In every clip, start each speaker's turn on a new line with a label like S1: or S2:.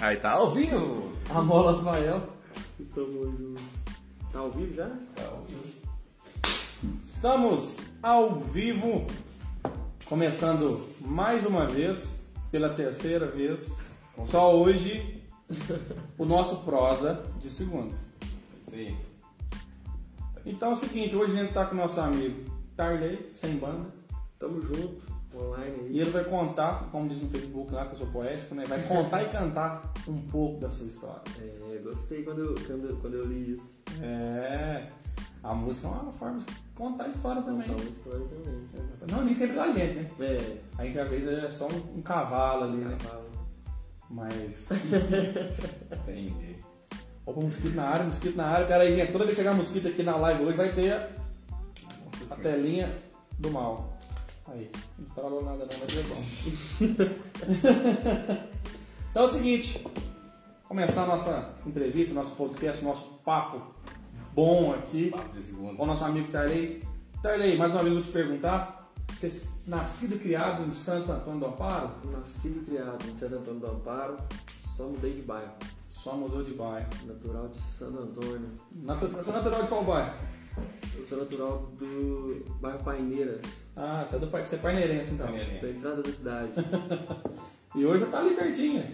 S1: Aí tá ao vivo!
S2: Amor Rafael.
S3: Estamos juntos. Tá ao vivo já?
S2: Estamos ao vivo, começando mais uma vez, pela terceira vez, só hoje, o nosso prosa de segunda.
S1: Sim.
S2: Então é o seguinte, hoje a gente tá com o nosso amigo Tarley, sem banda,
S3: Tamo junto, online
S2: e
S3: aí.
S2: ele vai contar, como diz no Facebook lá, que eu sou poético, né? Vai contar e cantar um pouco da sua história.
S3: É, gostei quando eu, quando, eu- quando eu li isso.
S2: É, a música é uma forma de contar a história também.
S3: Contar uma história também. né?
S2: Não, nem sempre da gente, né?
S3: É,
S2: A gente às vezes é só um, um cavalo ali, né?
S3: cavalo.
S2: Mas.
S1: Entendi.
S2: Opa, um mosquito na área, mosquito na área. Cara, aí, gente, toda vez que chegar mosquito aqui na live hoje, vai ter a,
S1: Nossa
S2: a
S1: Senhora.
S2: telinha do mal. Aí, não estralou nada não, mas é bom. então é o seguinte, começar a nossa entrevista, nosso podcast, nosso papo bom aqui
S1: Papo de segunda.
S2: com o nosso amigo Tarley. Tarley, mais uma vez eu vou te perguntar, você é nascido e criado em Santo Antônio do Amparo,
S3: Nascido e criado em Santo Antônio do Amparo, só mudei de bairro.
S2: só mudou de bairro.
S3: Natural de Santo Antônio.
S2: Natu- Você é natural de qual bairro?
S3: Eu sou natural do bairro Paineiras,
S2: Ah, você é, do, par- você é parneirense então.
S3: da entrada da cidade.
S2: E hoje tá ali pertinho, né?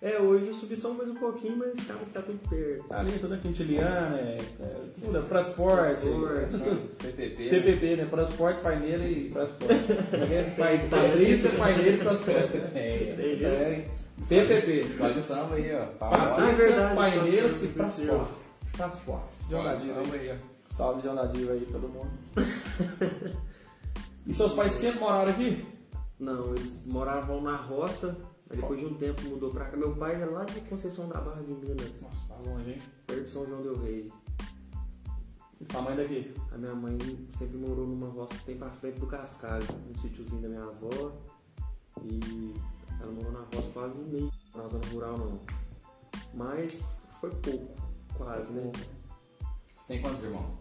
S3: é, hoje eu subi só mais um pouquinho, mas acaba que tá bem perto.
S2: Tá ali toda quintiliana, é, é, tudo, é
S3: Tá
S2: Prasporte,
S3: Prasporte.
S2: tudo.
S1: PPP.
S2: PPP, né? Prasporte, paineira e Prasporte. Mas tá Patrícia, paineira é e Prasporte. né?
S1: É.
S2: É, PPP.
S1: Escola de samba aí, ó. Tá Papai.
S3: Ah, é
S2: Patrícia,
S3: verdade,
S2: paineiras
S3: tá
S2: e
S3: sendo
S2: Prasporte. Prasporte.
S1: Escola de
S2: Jornadinho aí.
S1: samba aí, ó.
S2: Salve jornadinho aí, todo mundo. E seus pais sempre moraram aqui?
S3: Não, eles moravam na roça, mas depois de um tempo mudou pra cá. Meu pai era lá de Conceição da Barra de Minas,
S2: Nossa, tá longe, hein?
S3: perto de São João Del Rei.
S2: E sua mãe daqui?
S3: A minha mãe sempre morou numa roça que tem pra frente do cascalho, um sítiozinho da minha avó. E ela morou na roça quase meio, na zona rural não. Mas foi pouco, quase, né?
S1: Tem quantos irmãos?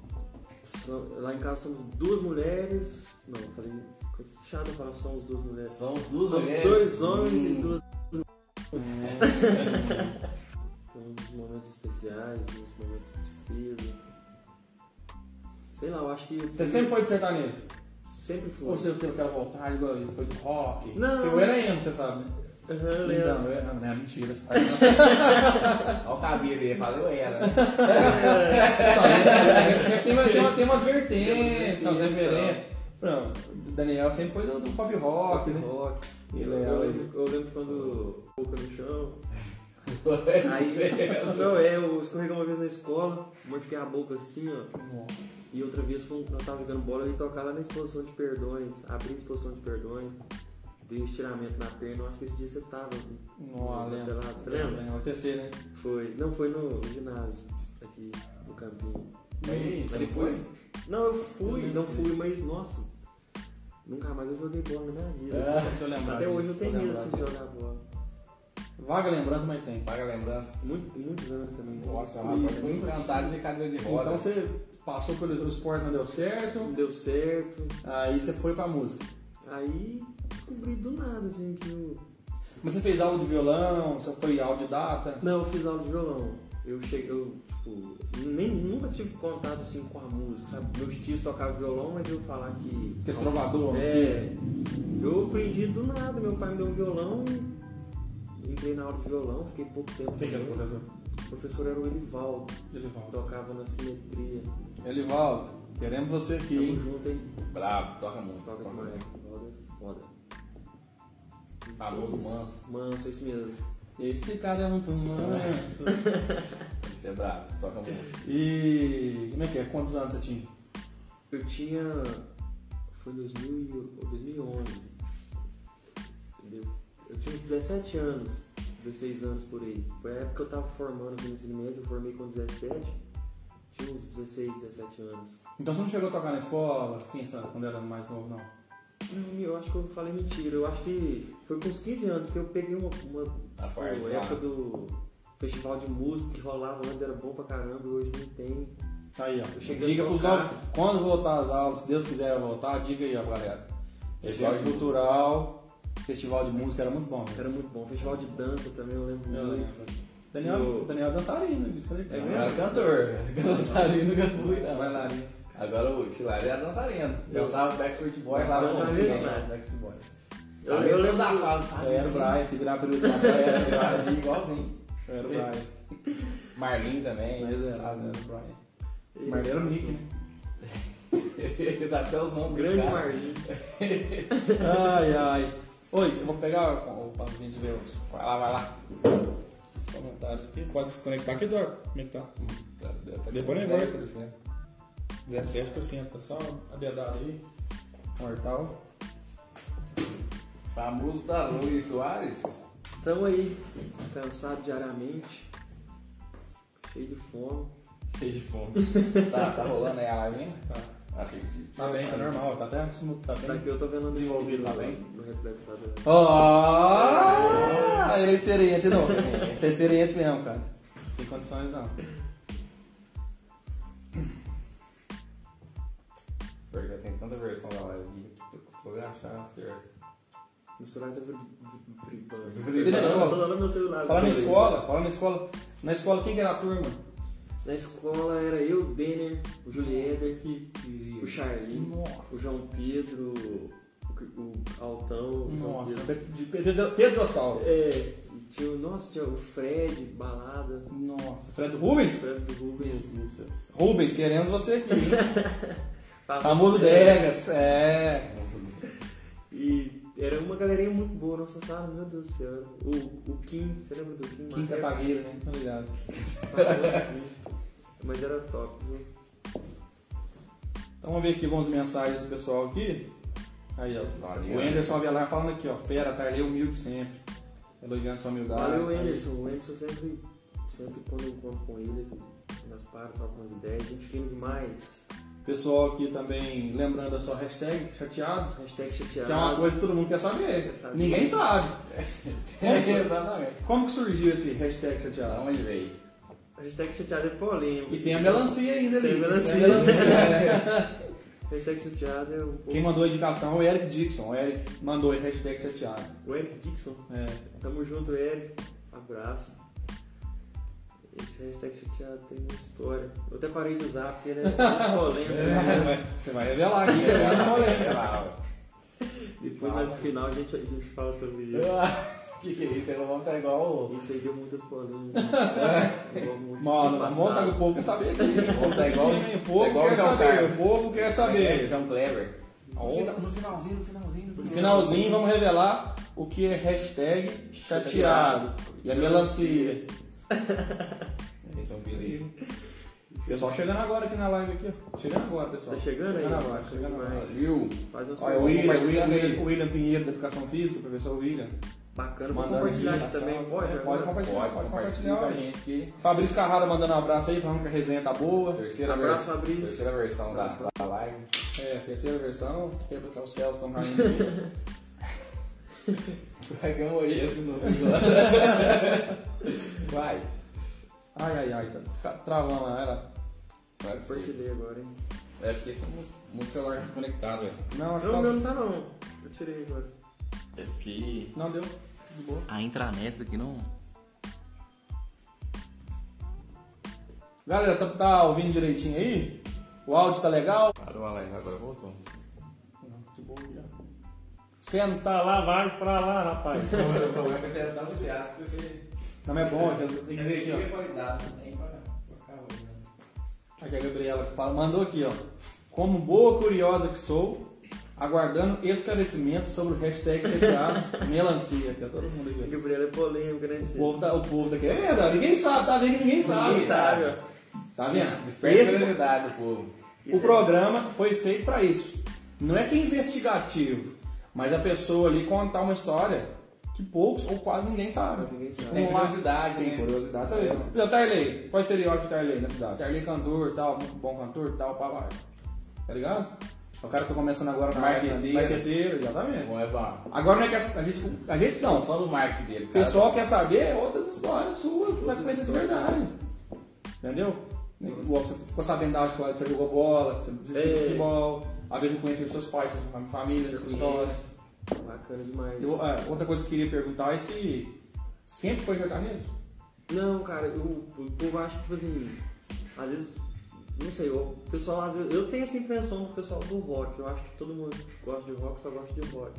S3: So- Lá em casa somos duas mulheres. Não, falei. Ficou chato falar somos duas mulheres.
S1: São os duas Hum.
S3: Somos
S1: mulheres.
S3: dois homens e
S1: Hum.
S3: duas.
S1: É.
S3: Tem uns momentos especiais, uns momentos de tristeza. Sei lá, eu acho que.
S2: Você sempre foi de sertanejo?
S3: Sempre foi.
S2: Ou você tem aquela vontade, igual ele foi do rock?
S3: Não.
S2: Eu era emo, você sabe, né?
S3: Aham, eu lembro.
S2: Então, eu era... Não, é mentira. você
S1: É. Olha o cabelo aí, falou eu era.
S2: Sempre é, tem, uma- tem, uma- tem umas vertentes,
S3: então.
S2: umas referências. Pronto, o Daniel sempre foi do, do pop rock, né?
S3: Rock.
S2: E
S3: Eu,
S2: Leal,
S3: eu lembro, eu lembro quando boca no chão.
S2: É
S3: Aí. não, é, eu escorreguei uma vez na escola, machuquei a boca assim, ó. E outra vez foi, nós tava jogando bola e tocar lá na exposição de perdões, abrir a exposição de perdões, dei um estiramento na perna, eu acho que esse dia você tava. né?
S2: Nossa, lembra?
S3: pelado, você lembra?
S2: É o TC, né?
S3: Foi. Não, foi no, no ginásio, aqui no campinho.
S1: Aí,
S3: Mas
S1: você
S3: depois-
S1: foi?
S3: Não, eu fui,
S2: Eu
S3: não
S2: lembro
S3: fui, mas nossa, nunca mais eu joguei bola na minha vida.
S1: É.
S2: Ah, deixa eu lembrar
S3: Até
S2: disso,
S3: hoje eu
S2: deixa
S3: tenho medo
S2: lembrar
S3: assim, de
S2: disso.
S3: jogar bola.
S2: Vaga lembrança, mas tem.
S1: Paga a lembrança.
S3: Muito, muitos anos também.
S1: Nossa, é
S3: Por isso,
S1: rapaz, foi encantado de cadeira de roda.
S2: Então você passou pelo esporte, não deu
S3: não
S2: certo.
S3: deu certo.
S2: Aí você foi pra música.
S3: Aí descobri do nada, assim, que eu.
S2: Mas você fez aula de violão, você foi autodidata.
S3: Não, eu fiz aula de violão. Eu cheguei, eu, tipo, nem, nunca tive contato assim com a música, sabe? Meus tios tocavam violão, mas eu falar que.
S2: Fez trovador.
S3: É. Eu aprendi do nada, meu pai me deu um violão, entrei na aula de violão, fiquei pouco tempo.
S2: Quem que era o
S3: também.
S2: professor?
S3: O professor era o Elivaldo,
S2: Elivaldo.
S3: tocava na simetria.
S2: Elivaldo, queremos você aqui.
S3: Tamo
S2: hein?
S3: junto, hein?
S1: Bravo, toca muito.
S3: Toca demais. Elivaldo é foda.
S1: Famoso manso.
S3: Manso, é isso mesmo.
S2: Esse cara é muito
S3: Uhum.
S2: manso.
S1: Você é bravo, toca muito.
S2: E como é que é? Quantos anos você tinha?
S3: Eu tinha. Foi 2000, e- ou 2011. Entendeu? Eu tinha uns 17 anos, 16 anos por aí. Foi a época que eu tava formando no ensino médio, eu formei com 17. Tinha uns 16, 17 anos.
S2: Então você não chegou a tocar na escola, assim, sabe, quando era mais novo, não?
S3: Não, eu acho que eu falei mentira. Eu acho que foi com uns 15 anos, porque eu peguei uma, uma,
S1: A
S3: uma
S1: parte lá.
S3: época do festival de música que rolava antes, era bom pra caramba, e hoje não tem.
S2: Tá aí, ó.
S3: Eu cheguei
S2: Diga
S3: a
S2: pros
S3: tocar.
S2: novos,
S3: É
S2: quando voltar às aulas, se Deus quiser voltar, diga aí, ó, galera.
S1: Eu
S2: Festival
S1: gosto de-
S2: cultural, Festival de música era muito bom. né? velho.
S3: Era muito bom. Festival de dança também, eu lembro
S2: Eu
S3: muito.
S2: lembro. Daniel,
S3: Eu-
S2: Daniel é dançarino, isso aí.
S3: É
S1: Eu
S3: mesmo?
S1: era cantor, dançarino nunca fui, não.
S2: Bailarino.
S1: Agora o Filari era dançarino.
S3: Eu-
S1: Dançava Backstreet Boys lá
S3: Dançava
S1: com
S3: mesmo,
S1: né?
S3: né?
S1: Backstreet Boys.
S3: Eu-
S1: Aí
S3: eu
S1: todo
S3: lembro-
S1: da sala, sabe?
S2: Eu era o
S1: assim?
S2: Brian, que virava peruca.
S1: Eu era eu era ali É, igualzinho.
S2: Eu era o Brian.
S1: Marlin também.
S2: É, Mas era, eu era o Brian. Mas era o Nick, né?
S1: Eles até os nomes.
S3: Grande
S1: cara.
S3: Marlin.
S2: Ai, ai. Oi, eu vou pegar o pazinho de Deus. Vai lá, vai lá. Os comentários aqui. Pode desconectar aqui, Doc. Como é que tá?
S1: Tá- tá- tá-
S2: Depois nem
S1: tá-
S2: volta.
S1: isso, né?
S2: 17%. Tá só a dedada aí. Mortal.
S1: Famoso da Luiz Soares.
S3: Tamo aí, cansado diariamente, cheio de fome.
S1: Cheio de fome. tá, tá rolando aí a live ainda?
S2: Tá,
S1: Achei que
S2: tá bem, tá normal. Tá até assumido, tá bem.
S3: Daqui eu tô vendo um
S1: Desenvolvido lá bem?
S3: No reflexo tá da dela.
S2: Ah, ele é experiente não. Você é experiente mesmo, cara. Não tem condições não.
S1: Porque tem tanta versão da live que eu tô vendo achar certo.
S3: Meu celular tá vri-
S1: Vri-
S3: vribando.
S1: vri-
S2: na é escola?
S3: Tá rolando meu celular.
S2: Fala na escola, fala na escola. Na escola quem que era a turma?
S3: Na escola era eu, o Denner, o Julieder, o
S1: Puxa.
S3: Charlie, o
S1: Nossa.
S3: João Pedro, o, o Altão, o João
S2: Nossa,
S3: Pedro.
S2: de Pedro, Pedro Saulo.
S3: É, tinha, o- nossa, tinha o Fred, Balada,
S2: Nossa, Fred Rubens?
S3: Fred do Rubens.
S2: Rubens, querendo você aqui. hein?
S3: Tava-
S2: Famoso né? Degas, é.
S3: E era uma galerinha muito boa, nossa sala, meu Deus do céu. O, o Kim, você lembra do Kim?
S2: Kim
S3: Marreco?
S2: Capagueiro, né? Tá ligado.
S3: Mas era top, viu?
S2: Então vamos ver aqui algumas mensagens do pessoal aqui. Aí, ó. O Anderson Avelar falando aqui, ó. Fera, tarde humilde sempre. Elogiando sua humildade.
S3: Valeu, Anderson. O Anderson sempre, sempre quando eu encontro com ele, nós paramos, trocamos umas ideias. Gente fina demais.
S2: Pessoal aqui também lembrando a sua hashtag, chateado.
S3: Hashtag
S2: Que é uma
S3: chateado.
S2: coisa que todo mundo quer saber.
S3: Quer saber.
S2: Ninguém sabe.
S1: Exatamente.
S2: Como que surgiu esse hashtag
S1: Da
S2: chateado?
S1: onde veio?
S3: Hashtag chateado é polêmico.
S2: E tem a melancia ainda ali.
S3: Tem a melancia.
S2: Tem a melancia.
S3: Hashtag chateado é um pouco...
S2: Quem mandou a indicação é o Eric Dixon. O Eric mandou aí hashtag chateado.
S3: O Eric Dixon.
S2: É.
S3: Tamo junto, Eric. Abraço. Esse hashtag chateado tem uma história. Eu até parei de usar porque ele é muito polêmico. né?
S2: Você vai revelar aqui, que agora eu só lembro.
S3: Depois, mais no final, a gente, a gente fala sobre isso.
S1: Que que é isso? Eu vou ficar igual o.
S3: Isso aí deu muitas polêmicas. né? Envolve muitos
S2: É. Mano,
S3: passados.
S2: monta que o povo quer saber aqui.
S1: Vamos tá igual-
S2: O
S1: tá
S2: povo
S1: igual
S2: quer
S1: o João
S2: saber.
S1: Carlos.
S2: O povo quer saber.
S1: John Clever.
S3: Tá
S2: No final-
S1: finalzinho, no finalzinho.
S2: No finalzinho vamos revelar o que é hashtag chateado. E a melancia.
S1: Esse é um perigo.
S2: Pessoal chegando agora aqui na live aqui, ó. Chegando agora, pessoal.
S3: Tá chegando aí?
S2: Chegando agora, chegando agora.
S1: Brasil.
S3: Faz umas
S2: Olha,
S3: coisas
S2: o William, o William,
S1: compartilhar aí.
S2: William, o William Pinheiro da Educação Física, o professor William.
S3: bacanas. Vou
S2: mandando
S3: compartilhar aqui
S2: indicação.
S3: também, pode?
S2: É,
S3: agora?
S2: pode compartilhar,
S1: Pode,
S2: pode
S1: compartilhar
S2: compartilhar.
S1: com a
S2: olha.
S1: gente que
S2: Fabrício Carrara mandando um abraço aí, falando que a resenha tá boa.
S1: terceira,
S3: Abraço,
S1: vers-
S3: Fabrício.
S1: terceira versão da, da live.
S2: É, terceira versão, quebra que os céus estão caindo. aqui.
S1: Vai ganhar um de novo. Vai.
S2: Ai, ai, ai, tá tra- travando lá, era.
S1: Vai ser.
S3: Compartilhei agora, hein?
S1: É porque tem muito- muito celular desconectado, velho.
S2: Não, acho que
S3: Não, meu
S2: tá...
S3: não tá não. Eu tirei agora.
S1: É porque
S2: Não deu. De boa.
S1: a intranet aqui não.
S2: Galera, tá, tá ouvindo direitinho aí? O áudio tá legal?
S1: Parou a live, agora voltou.
S2: Não, tá de boa, já. tá. Senta lá, vai pra lá, rapaz.
S1: Eu tô vendo que você tá no teatro, você.
S2: Não, mas é bom, tem que ver aqui, ó.
S1: qualidade, tem
S2: Aqui é a Gabriela que fala, mandou aqui, ó. Como boa curiosa que sou, aguardando esclarecimento sobre o hashtag chateado melancia, que é todo mundo
S3: A
S2: aqui.
S3: Gabriela é polêmica, né,
S2: O
S3: gente?
S2: povo, tá, o povo tá querendo, ó. ninguém sabe, tá vendo que ninguém sabe.
S3: Ninguém sabe, ó.
S2: Tá vendo?
S1: Desperta a
S2: Esse,
S1: curiosidade do povo.
S2: o programa foi feito pra isso. Não é que é investigativo, mas a pessoa ali contar uma história que poucos ou quase ninguém sabe.
S3: Mas ninguém sabe.
S1: Tem curiosidade,
S2: Tem
S1: né?
S2: curiosidade, sabe? Tá Não, Tarley, qual é o estereótipo do Tarley na cidade? Tarley é cantor, tal, muito bom cantor, tal, pá, pá. Tá ligado? É o cara que tá começando agora na
S1: Marqueteiro.
S2: Marqueteiro, exatamente.
S1: Bom, é bom.
S2: Agora não é que a, a gente. A gente
S1: Não,
S2: não.
S1: fã do marketing dele,
S2: O
S1: cara.
S2: pessoal quer saber outras histórias suas, que vai conhecer de verdade. Entendeu? Igual Você ficou sabendo da história que você jogou bola, que você desistiu de
S3: É.
S2: futebol, às vezes não conheceu seus pais, sua família, sua
S3: Conheço.
S2: história.
S3: Bacana demais.
S2: Eu- ah, outra coisa que eu queria perguntar é se sempre foi jacaré.
S3: Não, cara, eu- o povo acha que, tipo assim, às vezes, não sei, o pessoal, às vezes, eu tenho essa impressão do pessoal do rock, eu acho que todo mundo que gosta de rock só gosta de rock.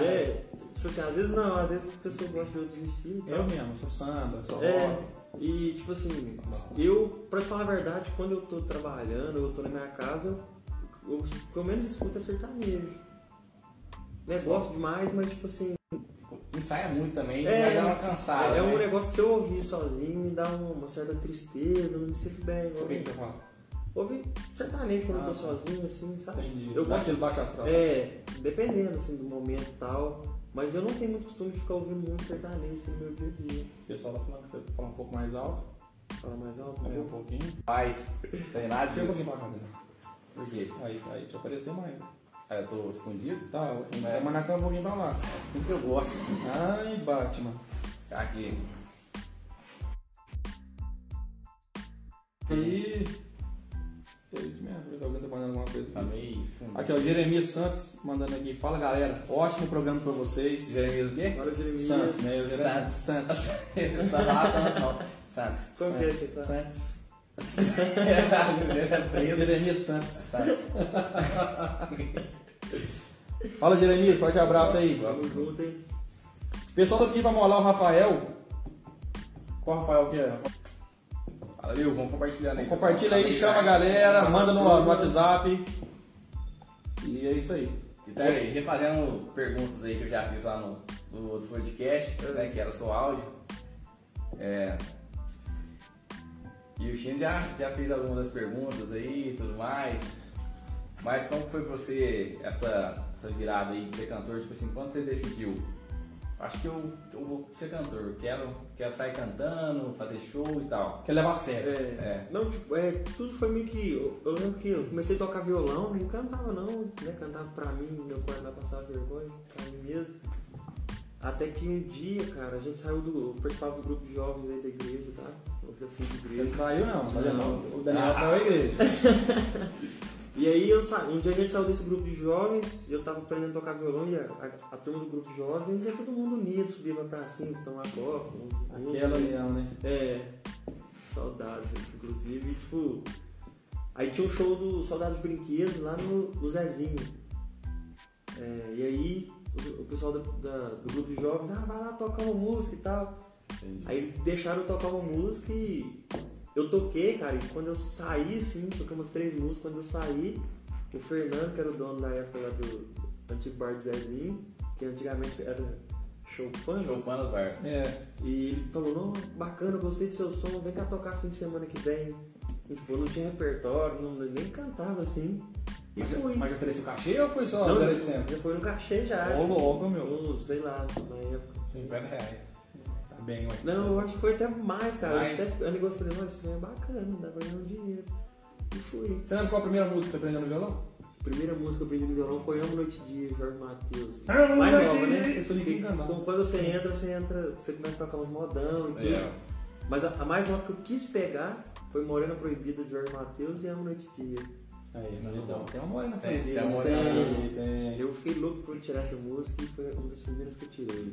S3: é, tipo assim, às vezes não, às vezes a pessoa gosta de outros estilos. e tal.
S2: Eu mesmo, sou samba, sou
S3: É.
S2: rock.
S3: E, tipo assim, eu, pra te falar a verdade, quando eu tô trabalhando, eu tô na minha casa, eu, eu pelo menos escuto é sertanejo. Né, gosto demais, mas, tipo assim,
S1: Ensaia muito também,
S3: É,
S1: vai dar uma cansada.
S3: É, é um
S1: né?
S3: negócio que se eu ouvir sozinho me dá um, uma, uma certa tristeza, não me sinto bem.
S1: O que que
S3: Ouvir,
S1: você fala?
S3: ouvir sertanejo quando eu
S2: Ah,
S3: tô
S2: tá.
S3: sozinho, assim, sabe?
S2: Entendi.
S3: Eu
S2: Eu
S3: gosto-
S2: gosto de baixo astral.
S3: É, dependendo, assim, do momento e tal. Mas eu não tenho muito costume de ficar ouvindo muito sertanejo assim, no meu dia a dia.
S2: O pessoal tá falando que você fala um pouco mais alto,
S3: Fala mais alto,
S2: né, um
S3: né?
S2: pouquinho.
S1: Paz, tem nada
S2: Chega um
S1: disso.
S2: pouquinho pra cá, né?
S1: Por quê?
S2: Aí, aí, te apareceu mais.
S1: Ah, eu tô escondido?
S2: Tá, eu vou mandar um pouquinho pra lá.
S1: Assim que eu gosto.
S2: Ai, Batman.
S1: Aqui.
S2: Aí. É isso mesmo, ver se alguém tá mandando alguma coisa.
S1: Tá meio
S2: Aqui, ó, Jeremias Santos mandando aqui. Fala galera, ótimo programa pra vocês.
S1: Jeremias é o quê?
S3: Agora o Jeremias.
S2: Santos, né? Eu- Jeremias.
S1: Santos.
S2: Tá
S1: Essa raça nacional. Santos.
S3: Como que é que tá?
S1: Santos. A primeira
S2: Tá
S1: é presa.
S2: Jeremias Santos.
S1: Santos.
S2: Fala Jeremias, forte abraço aí.
S3: Tamo junto, hein?
S2: Pessoal tá aqui pra molar o Rafael. Qual Rafael que é?
S1: Fala, viu? Vamos compartilhar aí.
S2: Compartilha aí,
S1: pessoal.
S2: chama a galera, manda no, no WhatsApp. E é isso aí.
S1: E tá aí, refazendo perguntas aí que eu já fiz lá no, no outro podcast,
S2: Uhum.
S1: né, que era só áudio. É, E o Shin já, já fez algumas das perguntas aí e tudo mais. Mas como foi pra você essa, essa virada aí de ser cantor? Tipo assim, quando você decidiu? Acho que eu, eu vou ser cantor, quero, quero sair cantando, fazer show e tal.
S2: Quer levar a sério.
S3: É, Não, tipo, é, tudo foi meio que. Eu, eu lembro que eu comecei a tocar violão, não cantava não, né? Cantava pra mim, meu quarto lá passava vergonha, pra mim mesmo. Até que um dia, cara, a gente saiu do. Eu participava do grupo de jovens aí da igreja, tá? Eu já fui de
S2: Você não
S3: igreja.
S2: traiu não, mas é
S3: Não.
S2: não. o Daniel
S1: Ah,
S2: traiu a igreja.
S3: E aí eu sa... um dia a gente saiu desse grupo de jovens, eu tava aprendendo a tocar violão e a, a- a turma do grupo de jovens é todo mundo unido, subia pra pracinha, tomar copo, uns, uns-
S2: Aquela união, né?
S3: É. Saudades, inclusive, e, tipo. Aí tinha um show do Saudades Brinquedos lá no, no Zezinho. É, e aí o, o pessoal da- da- do grupo de jovens, ah, vai lá tocar uma música e tal.
S1: Entendi.
S3: Aí eles deixaram eu tocar uma música e eu toquei, cara, e quando eu saí, assim, toquei umas três músicas, quando eu saí, o Fernando, que era o dono da época lá do antigo bar do Zezinho, que antigamente era Chopin, né?
S1: Show fã do bar.
S2: É.
S3: e ele falou, não, bacana, gostei do seu som, vem cá tocar fim de semana que vem. E, tipo, eu não tinha repertório, não, nem cantava assim. E
S2: Mas,
S3: fui.
S2: mas ofereceu cachê ou foi só
S3: não, É
S2: 0800?
S3: já foi no cachê já. tipo,
S2: Ô louco, meu.
S3: Uns, sei lá, na época. assim.
S1: 50 reais.
S2: Tá bem, ué.
S3: É Não, eu acho que foi até mais, cara.
S1: Mais?
S3: Até, eu negócio falei, nossa, isso é bacana, dá pra ganhar um dinheiro. E fui.
S2: Você lembra qual a primeira música que você aprendeu no violão?
S3: Primeira música que eu aprendi no violão foi Amo Noite e Dia, Jorge Matheus.
S2: Amo
S3: Mais
S2: Noite e
S3: nova, né?
S2: Dia. Isso ninguém cantava.
S3: Bom, Quando você entra, você entra, você começa a tocar uns modão e
S2: É.
S3: tudo. Mas a, a mais nova que eu quis pegar foi Morena Proibida de Jorge Matheus e Amo Noite e Dia.
S2: Aí,
S1: Não.
S2: então, tem amor aí na
S1: Tem,
S2: frente.
S1: tem amor
S2: tem,
S1: aí na
S3: frente.
S2: tem.
S3: Eu fiquei louco por tirar essa música e foi uma das primeiras que eu tirei.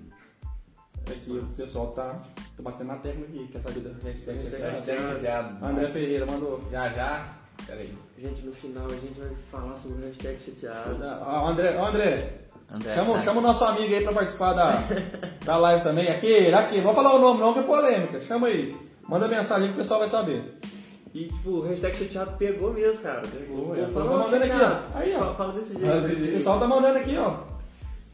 S2: Aqui o pessoal tá tô batendo na tecla aqui, quer saber da gente?
S3: Tem que
S1: É, Já, já,
S2: André
S1: já.
S2: Ferreira mandou.
S1: Já, já. Peraí.
S3: Gente, no final a gente vai falar sobre o hashtag chateado.
S2: Ah, André, ó, André,
S1: André
S2: chama, chama o nosso amigo aí pra participar da, da live também. Aqui, aqui, não vou falar o nome não, que é polêmica. Chama aí. Manda mensagem que o pessoal vai saber.
S3: E tipo, o hashtag chateado pegou mesmo, cara.
S2: Pegou, é.
S3: eu
S2: Tô
S3: falo,
S2: mandando aqui,
S3: chateado.
S2: ó. Aí, ó.
S3: Fala, fala desse jeito.
S2: O pessoal tá mandando aqui, ó.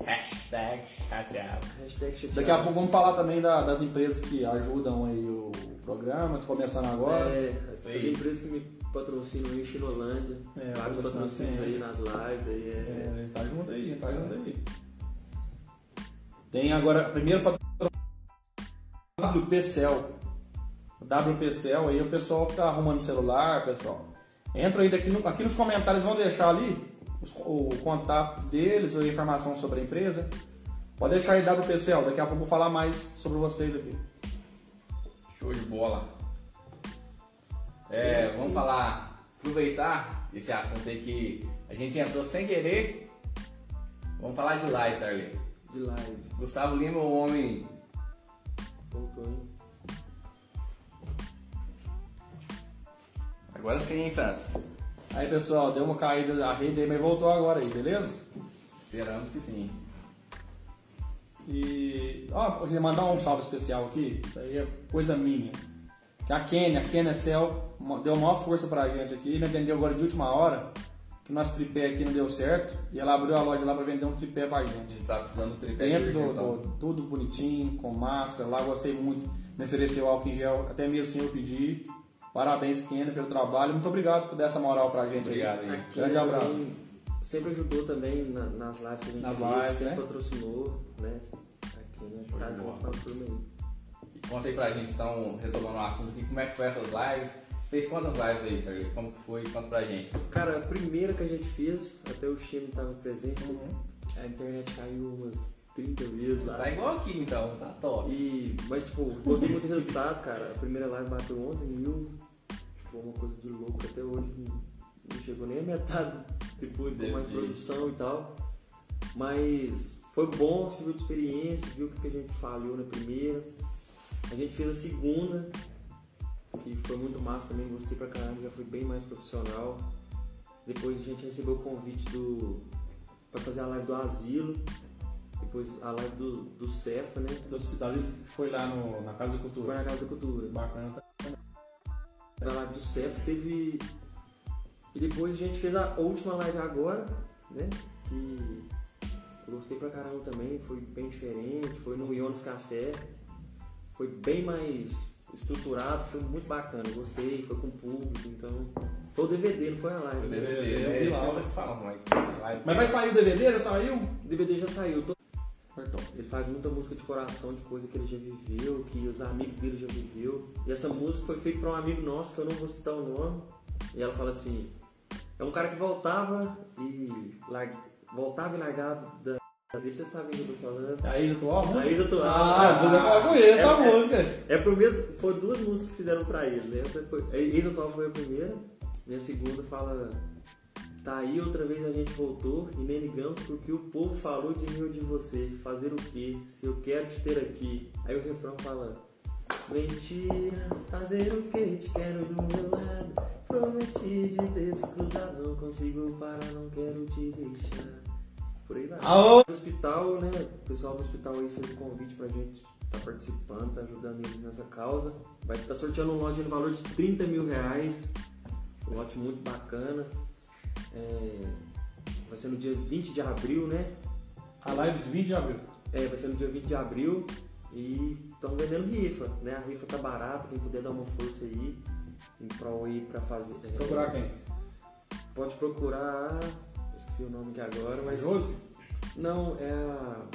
S1: Hashtag chateado.
S3: Hashtag chateado.
S2: Daqui a pouco vamos falar também da- das empresas que ajudam aí o programa, tô começando agora.
S3: É,
S1: Isso
S3: as
S1: aí.
S3: empresas que me patrocinam aí, Chinolândia,
S2: É,
S3: vários
S2: patrocínio
S3: patrocínios
S2: sempre.
S3: aí né? nas lives, aí é...
S2: É, tá junto aí, tá junto aí. Tem agora, primeiro para WPCel. WPCel aí, o pessoal que tá arrumando celular, pessoal. Entra aí daqui no- aqui nos comentários, vão deixar ali os- o contato deles, a informação sobre a empresa. Pode deixar aí WPCel, daqui a pouco eu vou falar mais sobre vocês aqui.
S1: Show de bola. É, vamos falar, aproveitar esse assunto aí que a gente entrou sem querer Vamos falar de live, Tarly.
S3: De live.
S1: Gustavo Lima, o homem
S3: Voltou, hein?
S1: Agora sim, hein, Santos?
S2: Aí, pessoal, deu uma caída da rede aí, mas voltou agora aí, beleza?
S1: Esperamos que sim.
S2: E. Ó, eu queria mandar um salve especial aqui, isso aí é coisa minha. Que a Kenia, a Kenia Cell, mo- deu a maior força pra gente aqui, me atendeu agora de última hora, que nosso tripé aqui não deu certo, e ela abriu a loja lá pra vender um tripé pra
S1: A
S2: gente.
S1: gente tá precisando do tripé
S2: Dentro do,
S1: virgem, então.
S2: do- tudo bonitinho, com máscara lá, gostei muito. Me ofereceu álcool em gel, até mesmo assim eu pedi. Parabéns, Kenia, pelo trabalho. Muito obrigado por dar essa moral pra gente
S1: Obrigado,
S2: aí.
S1: hein?
S3: Aqui
S2: Grande abraço.
S3: também Sempre ajudou também na- nas lives que a gente
S2: Nas
S3: fez,
S2: lives,
S3: sempre
S2: né?
S3: patrocinou, né? Aqui, né?
S1: Show
S3: Tá
S1: de
S3: junto
S1: bola.
S3: com a turma aí.
S1: Conta aí pra gente, então, retomando o assunto aqui, como é que foi essas lives? Fez quantas lives aí, Tarly? Como que foi? Conta pra gente.
S3: Cara, a primeira que a gente fez, até o Chino tava presente, a internet caiu umas 30 vezes lá.
S1: Tá igual aqui, então. Tá top.
S3: E, mas, tipo, gostei muito do resultado, cara. A primeira live bateu 11 mil. Tipo, uma coisa de louco até hoje. Não não chegou nem a metade depois, com
S1: Desse
S3: mais
S1: jeito.
S3: produção e tal. Mas foi bom, serviu de experiência, viu o que que a gente falhou na primeira. A gente fez a segunda, que foi muito massa também, gostei pra caramba, já fui bem mais profissional. Depois a gente recebeu o convite do pra fazer a live do Asilo, depois a live do, do Cefa, né?
S2: Da cidade foi lá no- na Casa da
S3: Foi
S2: Cultura.
S3: na Casa da Cultura.
S2: Bacana, tá?
S3: Da live do CEF teve. E depois a gente fez a última live agora, né? Que eu gostei pra caramba também, foi bem diferente, foi no Iones Café, foi bem mais estruturado, foi muito bacana, eu gostei, foi com o público, então. Foi o DVD, não foi a live.
S1: O
S3: né?
S1: DVD,
S2: eu
S1: né?
S2: vi
S1: Esse
S2: lá,
S1: eu tô
S2: né?
S1: te falando, mas live-
S2: Mas vai sair o DVD? Já saiu?
S3: O DVD já saiu, tô-
S2: Cortou.
S3: ele faz muita música de coração, de coisa que ele já viveu, que os amigos dele já viveu. E essa música foi feita pra um amigo nosso, que eu não vou citar o nome. E ela fala assim: é um cara que voltava e lar... voltava e largava da. Você sabe o que eu tô falando?
S2: A ex atual? né?
S3: A ex atual.
S2: Ah, depois eu falo com ele, essa
S3: É- é-
S2: música.
S3: É pro mesmo. Foi duas músicas que fizeram pra ele, né? Essa foi, a Eis Atual foi a primeira, e a segunda fala. Tá aí, outra vez a gente voltou e nem ligamos porque o povo falou de mim ou de você. Fazer o quê? Se eu quero te ter aqui. Aí o refrão fala. Mentira, fazer o quê? Te quero do meu lado. Prometi de dedos cruzados, não consigo parar, não quero te deixar. Por aí vai.
S2: Alô?
S3: No hospital, né? O pessoal do hospital aí fez um convite pra gente tá participando, tá ajudando eles nessa causa. Vai estar sorteando um lote no valor de 30 mil reais. Um lote muito bacana. É, vai ser no dia 20 de abril, né?
S2: A live de 20 de abril.
S3: É, vai ser no dia 20 de abril. E estão vendendo rifa, né? A rifa tá barata, quem puder dar uma força aí. Em prol aí pra fazer. é,
S2: Procurar quem?
S3: Pode procurar. Esqueci o nome aqui agora, mas.
S2: Rose?
S3: Não, é a.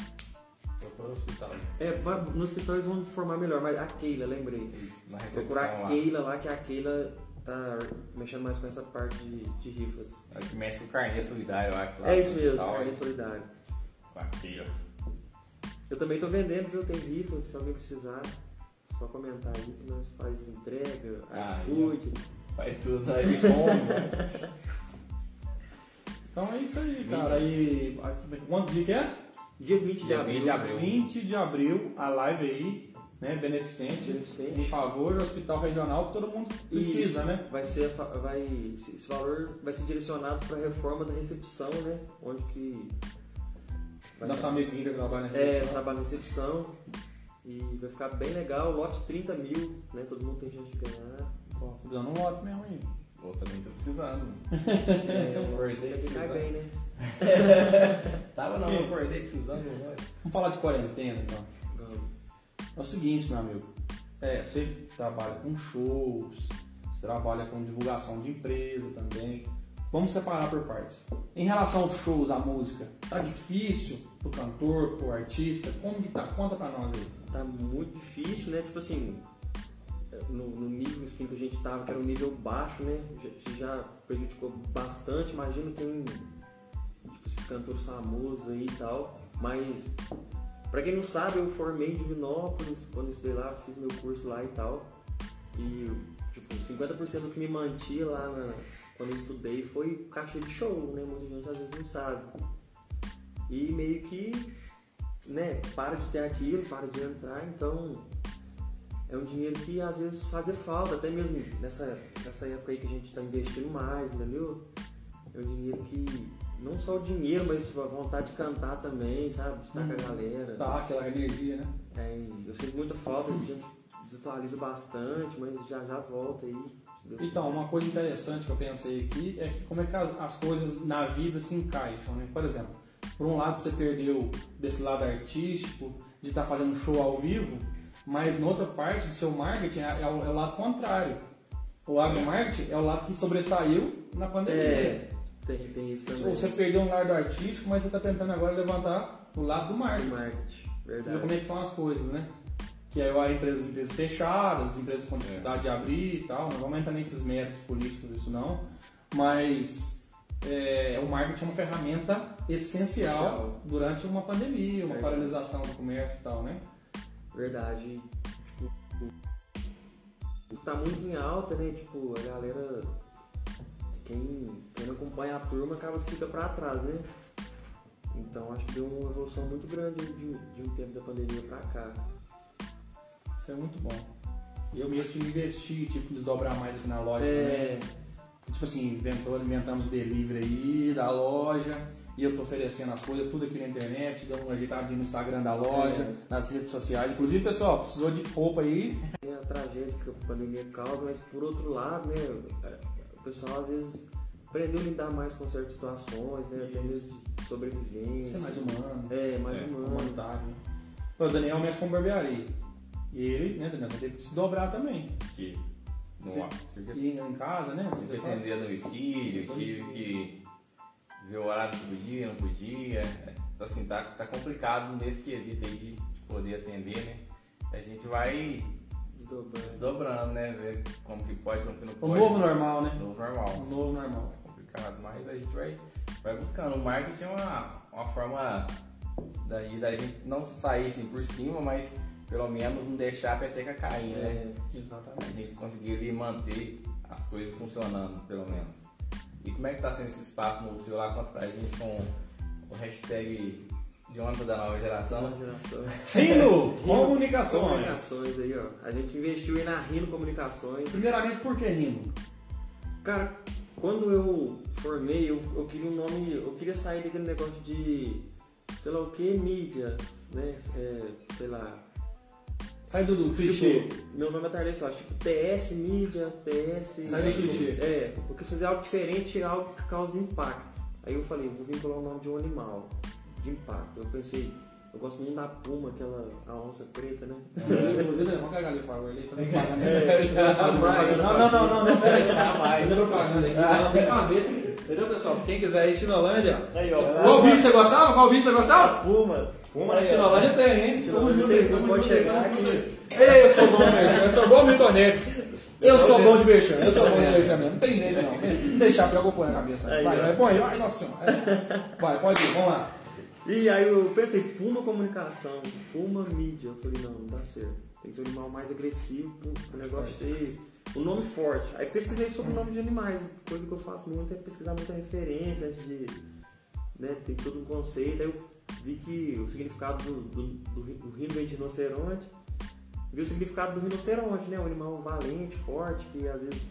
S1: Eu fui no hospital.
S3: É, vai- no hospital eles vão informar melhor, mas a Keila, lembrei.
S1: Isso, na recepção
S3: Procurar a
S1: lá.
S3: Keila lá, que a Keila tá mexendo mais com essa parte de, de rifas.
S1: É o que mexe com o carnê solidário, eu acho. lá
S3: é
S1: no
S3: isso mesmo,
S1: hospital,
S3: carne solidária.
S1: Com a filha.
S3: Eu também tô vendendo, viu? Tem rifa, se alguém precisar, só comentar aí que nós faz entrega,
S1: Ah,
S3: iFood.
S1: Faz tudo né? aí, como?
S2: Então é isso aí, cara. E aqui, quanto dia que é?
S3: Dia 20 de
S1: Dia
S3: abril.
S1: 20 de abril.
S2: 20 de abril, a live aí, né? Beneficente.
S3: Beneficente.
S2: Em favor do hospital regional, que todo mundo precisa,
S3: Isso.
S2: né?
S3: Vai ser, a fa- vai, esse esse valor vai ser direcionado para a reforma da recepção, né? Onde que. vai-
S2: Nosso né? amiguinho que trabalha na
S3: É, eu
S2: recepção.
S3: trabalho na recepção e vai ficar bem legal, lote 30 mil, né? Todo mundo tem chance de ganhar.
S2: Tô dando um voto mesmo aí.
S1: Eu também tô precisando.
S3: É,
S1: Eu
S3: lote
S1: acordei
S3: que cai
S1: precisando.
S3: bem, né?
S1: Tava não, eu acordei precisando, né? não.
S2: Vamos falar de quarentena, então.
S3: Vamos.
S2: É o seguinte, meu amigo. É, você trabalha com shows, você trabalha com divulgação de empresa também. Vamos separar por partes. Em relação aos shows, à música, tá difícil pro cantor, pro artista? Como que tá? Conta pra nós aí.
S3: Tá muito difícil, né? Tipo assim, no, no nível assim que a gente tava, que era um nível baixo, né? Já, já prejudicou bastante, imagino quem. Tipo, esses cantores famosos aí e tal. Mas, pra quem não sabe, eu formei em Divinópolis, quando eu estudei lá, fiz meu curso lá e tal. E, tipo, 50% do que me mantia lá na- quando eu estudei foi cachê de show, né? Muita gente às vezes não sabe. E meio que, né, para de ter aquilo, para de entrar, então é um dinheiro que às vezes fazia falta, até mesmo nessa, nessa época aí que a gente está investindo mais, entendeu? É um dinheiro que, não só o dinheiro, mas tipo, a vontade de cantar também, sabe? De estar com a galera.
S2: Tá, aquela energia, né?
S3: É, e eu sinto muita falta, a gente desatualiza bastante, mas já já volta aí. se Deus
S2: Então, uma coisa interessante que eu pensei aqui é que como é que as as coisas na vida se encaixam, né? Por exemplo, por um lado você perdeu desse lado artístico, de estar fazendo show ao vivo, mas na outra parte do seu marketing é, é o, é o lado contrário. O lado do marketing é o lado que sobressaiu na
S3: quiser.
S2: pandemia.
S3: É, tem, tem isso também.
S2: Você perdeu um lado artístico, mas você está tentando agora levantar o lado do
S3: Do
S2: marketing.
S3: marketing,
S2: Você vê
S3: verdade.
S2: como é que são as coisas, né? Que aí vai empresas, empresas fechadas, empresas com dificuldade
S3: É.
S2: de abrir e tal. Não vamos entrar nesses métodos políticos, isso não. Mas é, o marketing é uma ferramenta essencial
S3: Essencial. É.
S2: durante uma pandemia, uma
S3: Verdade.
S2: paralisação do comércio e tal, né?
S3: Verdade. Tipo, tá muito em alta, né? Tipo, a galera. Quem, quem não acompanha a turma acaba que fica pra trás, né? Então acho que deu uma evolução muito grande de, de um tempo da pandemia pra cá.
S2: Isso é muito bom. Eu mesmo tive que investir, tive que desdobrar mais aqui na loja também.
S3: É,
S2: Tipo assim, inventou, inventamos o delivery aí da loja. E eu tô oferecendo as coisas, tudo aqui na internet, dando uma ajeitadinha no Instagram da loja,
S3: É.
S2: nas redes sociais. Inclusive, pessoal, precisou de roupa aí,
S3: tem a tragédia que a pandemia causa, mas por outro lado, né? a- O pessoal às vezes aprendeu a lidar mais com certas situações,
S2: É,
S3: né? Até mesmo de
S2: Você
S3: sobrevivência.
S2: é mais humano.
S3: É, mais
S1: É,
S3: humano.
S2: Humanitário. né? O Daniel mexe com barbearia. E ele, né, Daniel, vai ter que se dobrar também.
S1: Que não há. Tive
S2: E em casa, né?
S1: que atender a domicílio, tive que ver o horário que podia, não podia. É, Assim, tá, tá complicado nesse quesito aí de de poder atender, né? A gente vai
S3: Desdobrando.
S1: dobrando, né? Ver como que pode, como que não
S2: O
S1: pode.
S2: novo normal, né?
S1: Novo normal.
S2: O novo normal.
S1: complicado, mas a gente vai, vai buscando. O marketing é uma, uma forma daí da gente não sair assim por cima, mas pelo menos não deixar a peteca cair, né?
S3: É,
S1: A
S2: Exatamente.
S1: gente conseguir ali manter as coisas funcionando, pelo menos. E como é que tá sendo esse espaço no seu lá? Conta pra gente com o hashtag de onda da nova
S3: uma
S1: geração.
S3: geração.
S2: Rino Comunicações.
S3: Comunicações aí, ó. A gente investiu aí na Rino Comunicações.
S2: Primeiramente, por que Rino?
S3: Cara, quando eu formei, eu, eu queria um nome. Eu queria sair daquele negócio de. sei lá o que, mídia, né? É, sei lá.
S2: Sai do, do clichê.
S3: Tipo, meu nome é Tarley só, tipo TS Mídia, TS.
S2: Sai do clichê.
S3: É, eu quis fazer algo diferente, algo que cause impacto. Aí eu falei, vou vincular o nome de um animal de impacto. Eu pensei, eu gosto muito da puma, aquela a onça preta, né?
S2: Inclusive, Daniel, que a galera falou, ele tá propaganda.
S3: Vai.
S2: É. Não, não, não, não, não, peraí.
S1: Jamais.
S2: Ele deu propaganda aí. Não, tem que fazer. Entendeu, pessoal? Quem quiser ir, Chinolândia.
S4: Aí, ó.
S2: Qual bicho você gostava? Qual bicho você gostava?
S4: Puma.
S2: Uma na Chinolândia tem, hein?
S3: Chinolândia
S2: Tamo
S3: tem,
S2: junto,
S3: não
S2: tamo
S3: pode
S2: junto,
S3: chegar
S2: tamo
S3: aqui.
S2: junto. Ei, eu sou bom, mesmo, eu sou bom mitonetes. Eu sou bom de mexer, eu sou bom de mexer mesmo. Não tem jeito, não. Não deixar pra eu pôr na cabeça. Vai,
S3: Aí, ó.
S2: vai, põe, vai, nossa senhora. Vai, pode ir, vamos lá.
S3: E aí eu pensei, Puma Comunicação, Puma Mídia. Eu falei, não, não dá certo. Tem que ser um animal mais agressivo, um negócio de. Um nome forte. Aí pesquisei sobre o nome de animais. Coisa que eu faço muito é pesquisar muita referência antes de. Né, tem todo um conceito. Aí eu vi que o significado do, do, do, ri- do rino vem de rinoceronte. Vi o significado do rinoceronte, né? Um animal valente, forte, que às vezes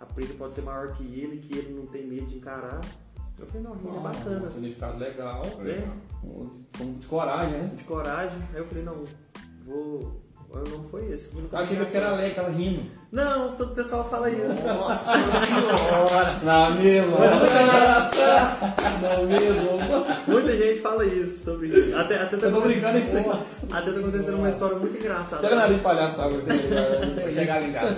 S3: a presa pode ser maior que ele, que ele não tem medo de encarar. Eu falei, não, rino é bacana.
S2: Um significado legal,
S3: né?
S2: um de coragem, né?
S3: de coragem. Aí eu falei, não, vou. O nome foi esse. Rino
S2: Eu achei que era alegre, tava rindo.
S3: Não, todo o pessoal fala isso.
S2: Na mesma. Na mesma.
S3: Muita gente fala isso sobre isso. Até, até tá
S2: Eu tô
S3: acontecendo-
S2: brincando com isso aí.
S3: Até tá acontecendo uma história muito engraçada.
S2: Pega o nariz de palhaço, tá?
S1: Chegar ali em casa.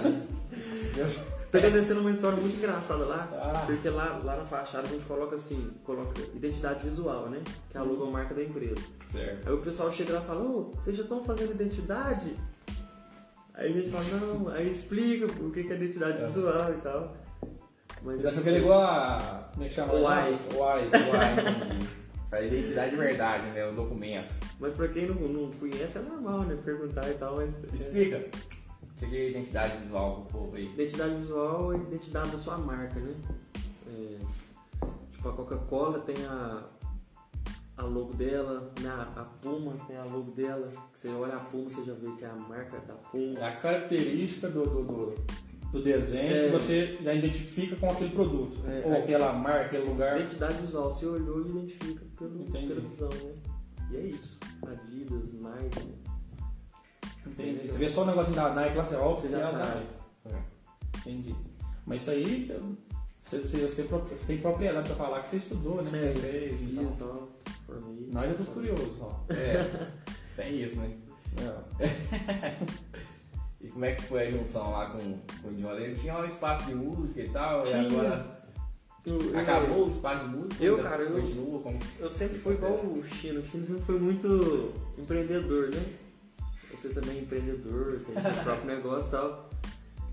S3: Tá acontecendo uma história muito engraçada lá,
S2: Ah.
S3: porque lá, lá na fachada a gente coloca assim, coloca identidade visual, né? Que é a logomarca da empresa.
S1: Certo.
S3: Aí o pessoal chega lá e fala, ô, vocês já estão fazendo identidade? Aí a gente fala, não, aí explica o que que é identidade
S2: É.
S3: visual e tal. Mas assim,
S2: Ele achou que ele é igual a. Como é que chama?
S3: Uai.
S2: Uai.
S1: A identidade de verdade, né? O documento.
S3: Mas pra quem não, não conhece é normal, né? Perguntar e tal, mas. é.
S1: Explica. O que que é identidade visual pro povo aí?
S3: Identidade visual é a identidade da sua marca, né? É, tipo, a Coca-Cola tem a, a a logo dela, na, a Puma tem a logo dela, que você olha a Puma, você já vê que é a marca da Puma.
S2: É a característica do, do, do, do desenho
S3: É.
S2: que você já identifica com aquele produto.
S3: É,
S2: ou
S3: é.
S2: aquela marca, aquele lugar.
S3: Identidade visual, você olhou e identifica pelo,
S2: Entendi.
S3: pela visão, né? E é isso. Adidas, Nike.
S2: Entendi. Você vê só o negocinho da Nike lá, você olha,
S3: Você
S2: você
S3: já
S2: já
S3: sabe.
S2: Nike. Entendi. Mas isso aí, você, você, você, pro- você tem propriedade pra falar que você estudou, né?
S3: É,
S2: Você fez e
S3: Dias,
S2: tal.
S3: tal, formei.
S2: Nós já estamos curiosos, ó. É.
S1: É, tem isso, né? E como é que foi a junção lá com, com o Diola? Ele tinha um espaço de música e tal,
S2: Tinha.
S1: e agora
S3: Eu- eu-
S1: acabou o espaço de música?
S3: É. Eu,
S1: Ainda
S3: cara, eu-
S1: Continua como...
S3: Eu sempre fui igual o Chino. O Chino sempre foi muito empreendedor, né? Você também é empreendedor, tem seu próprio negócio e tal.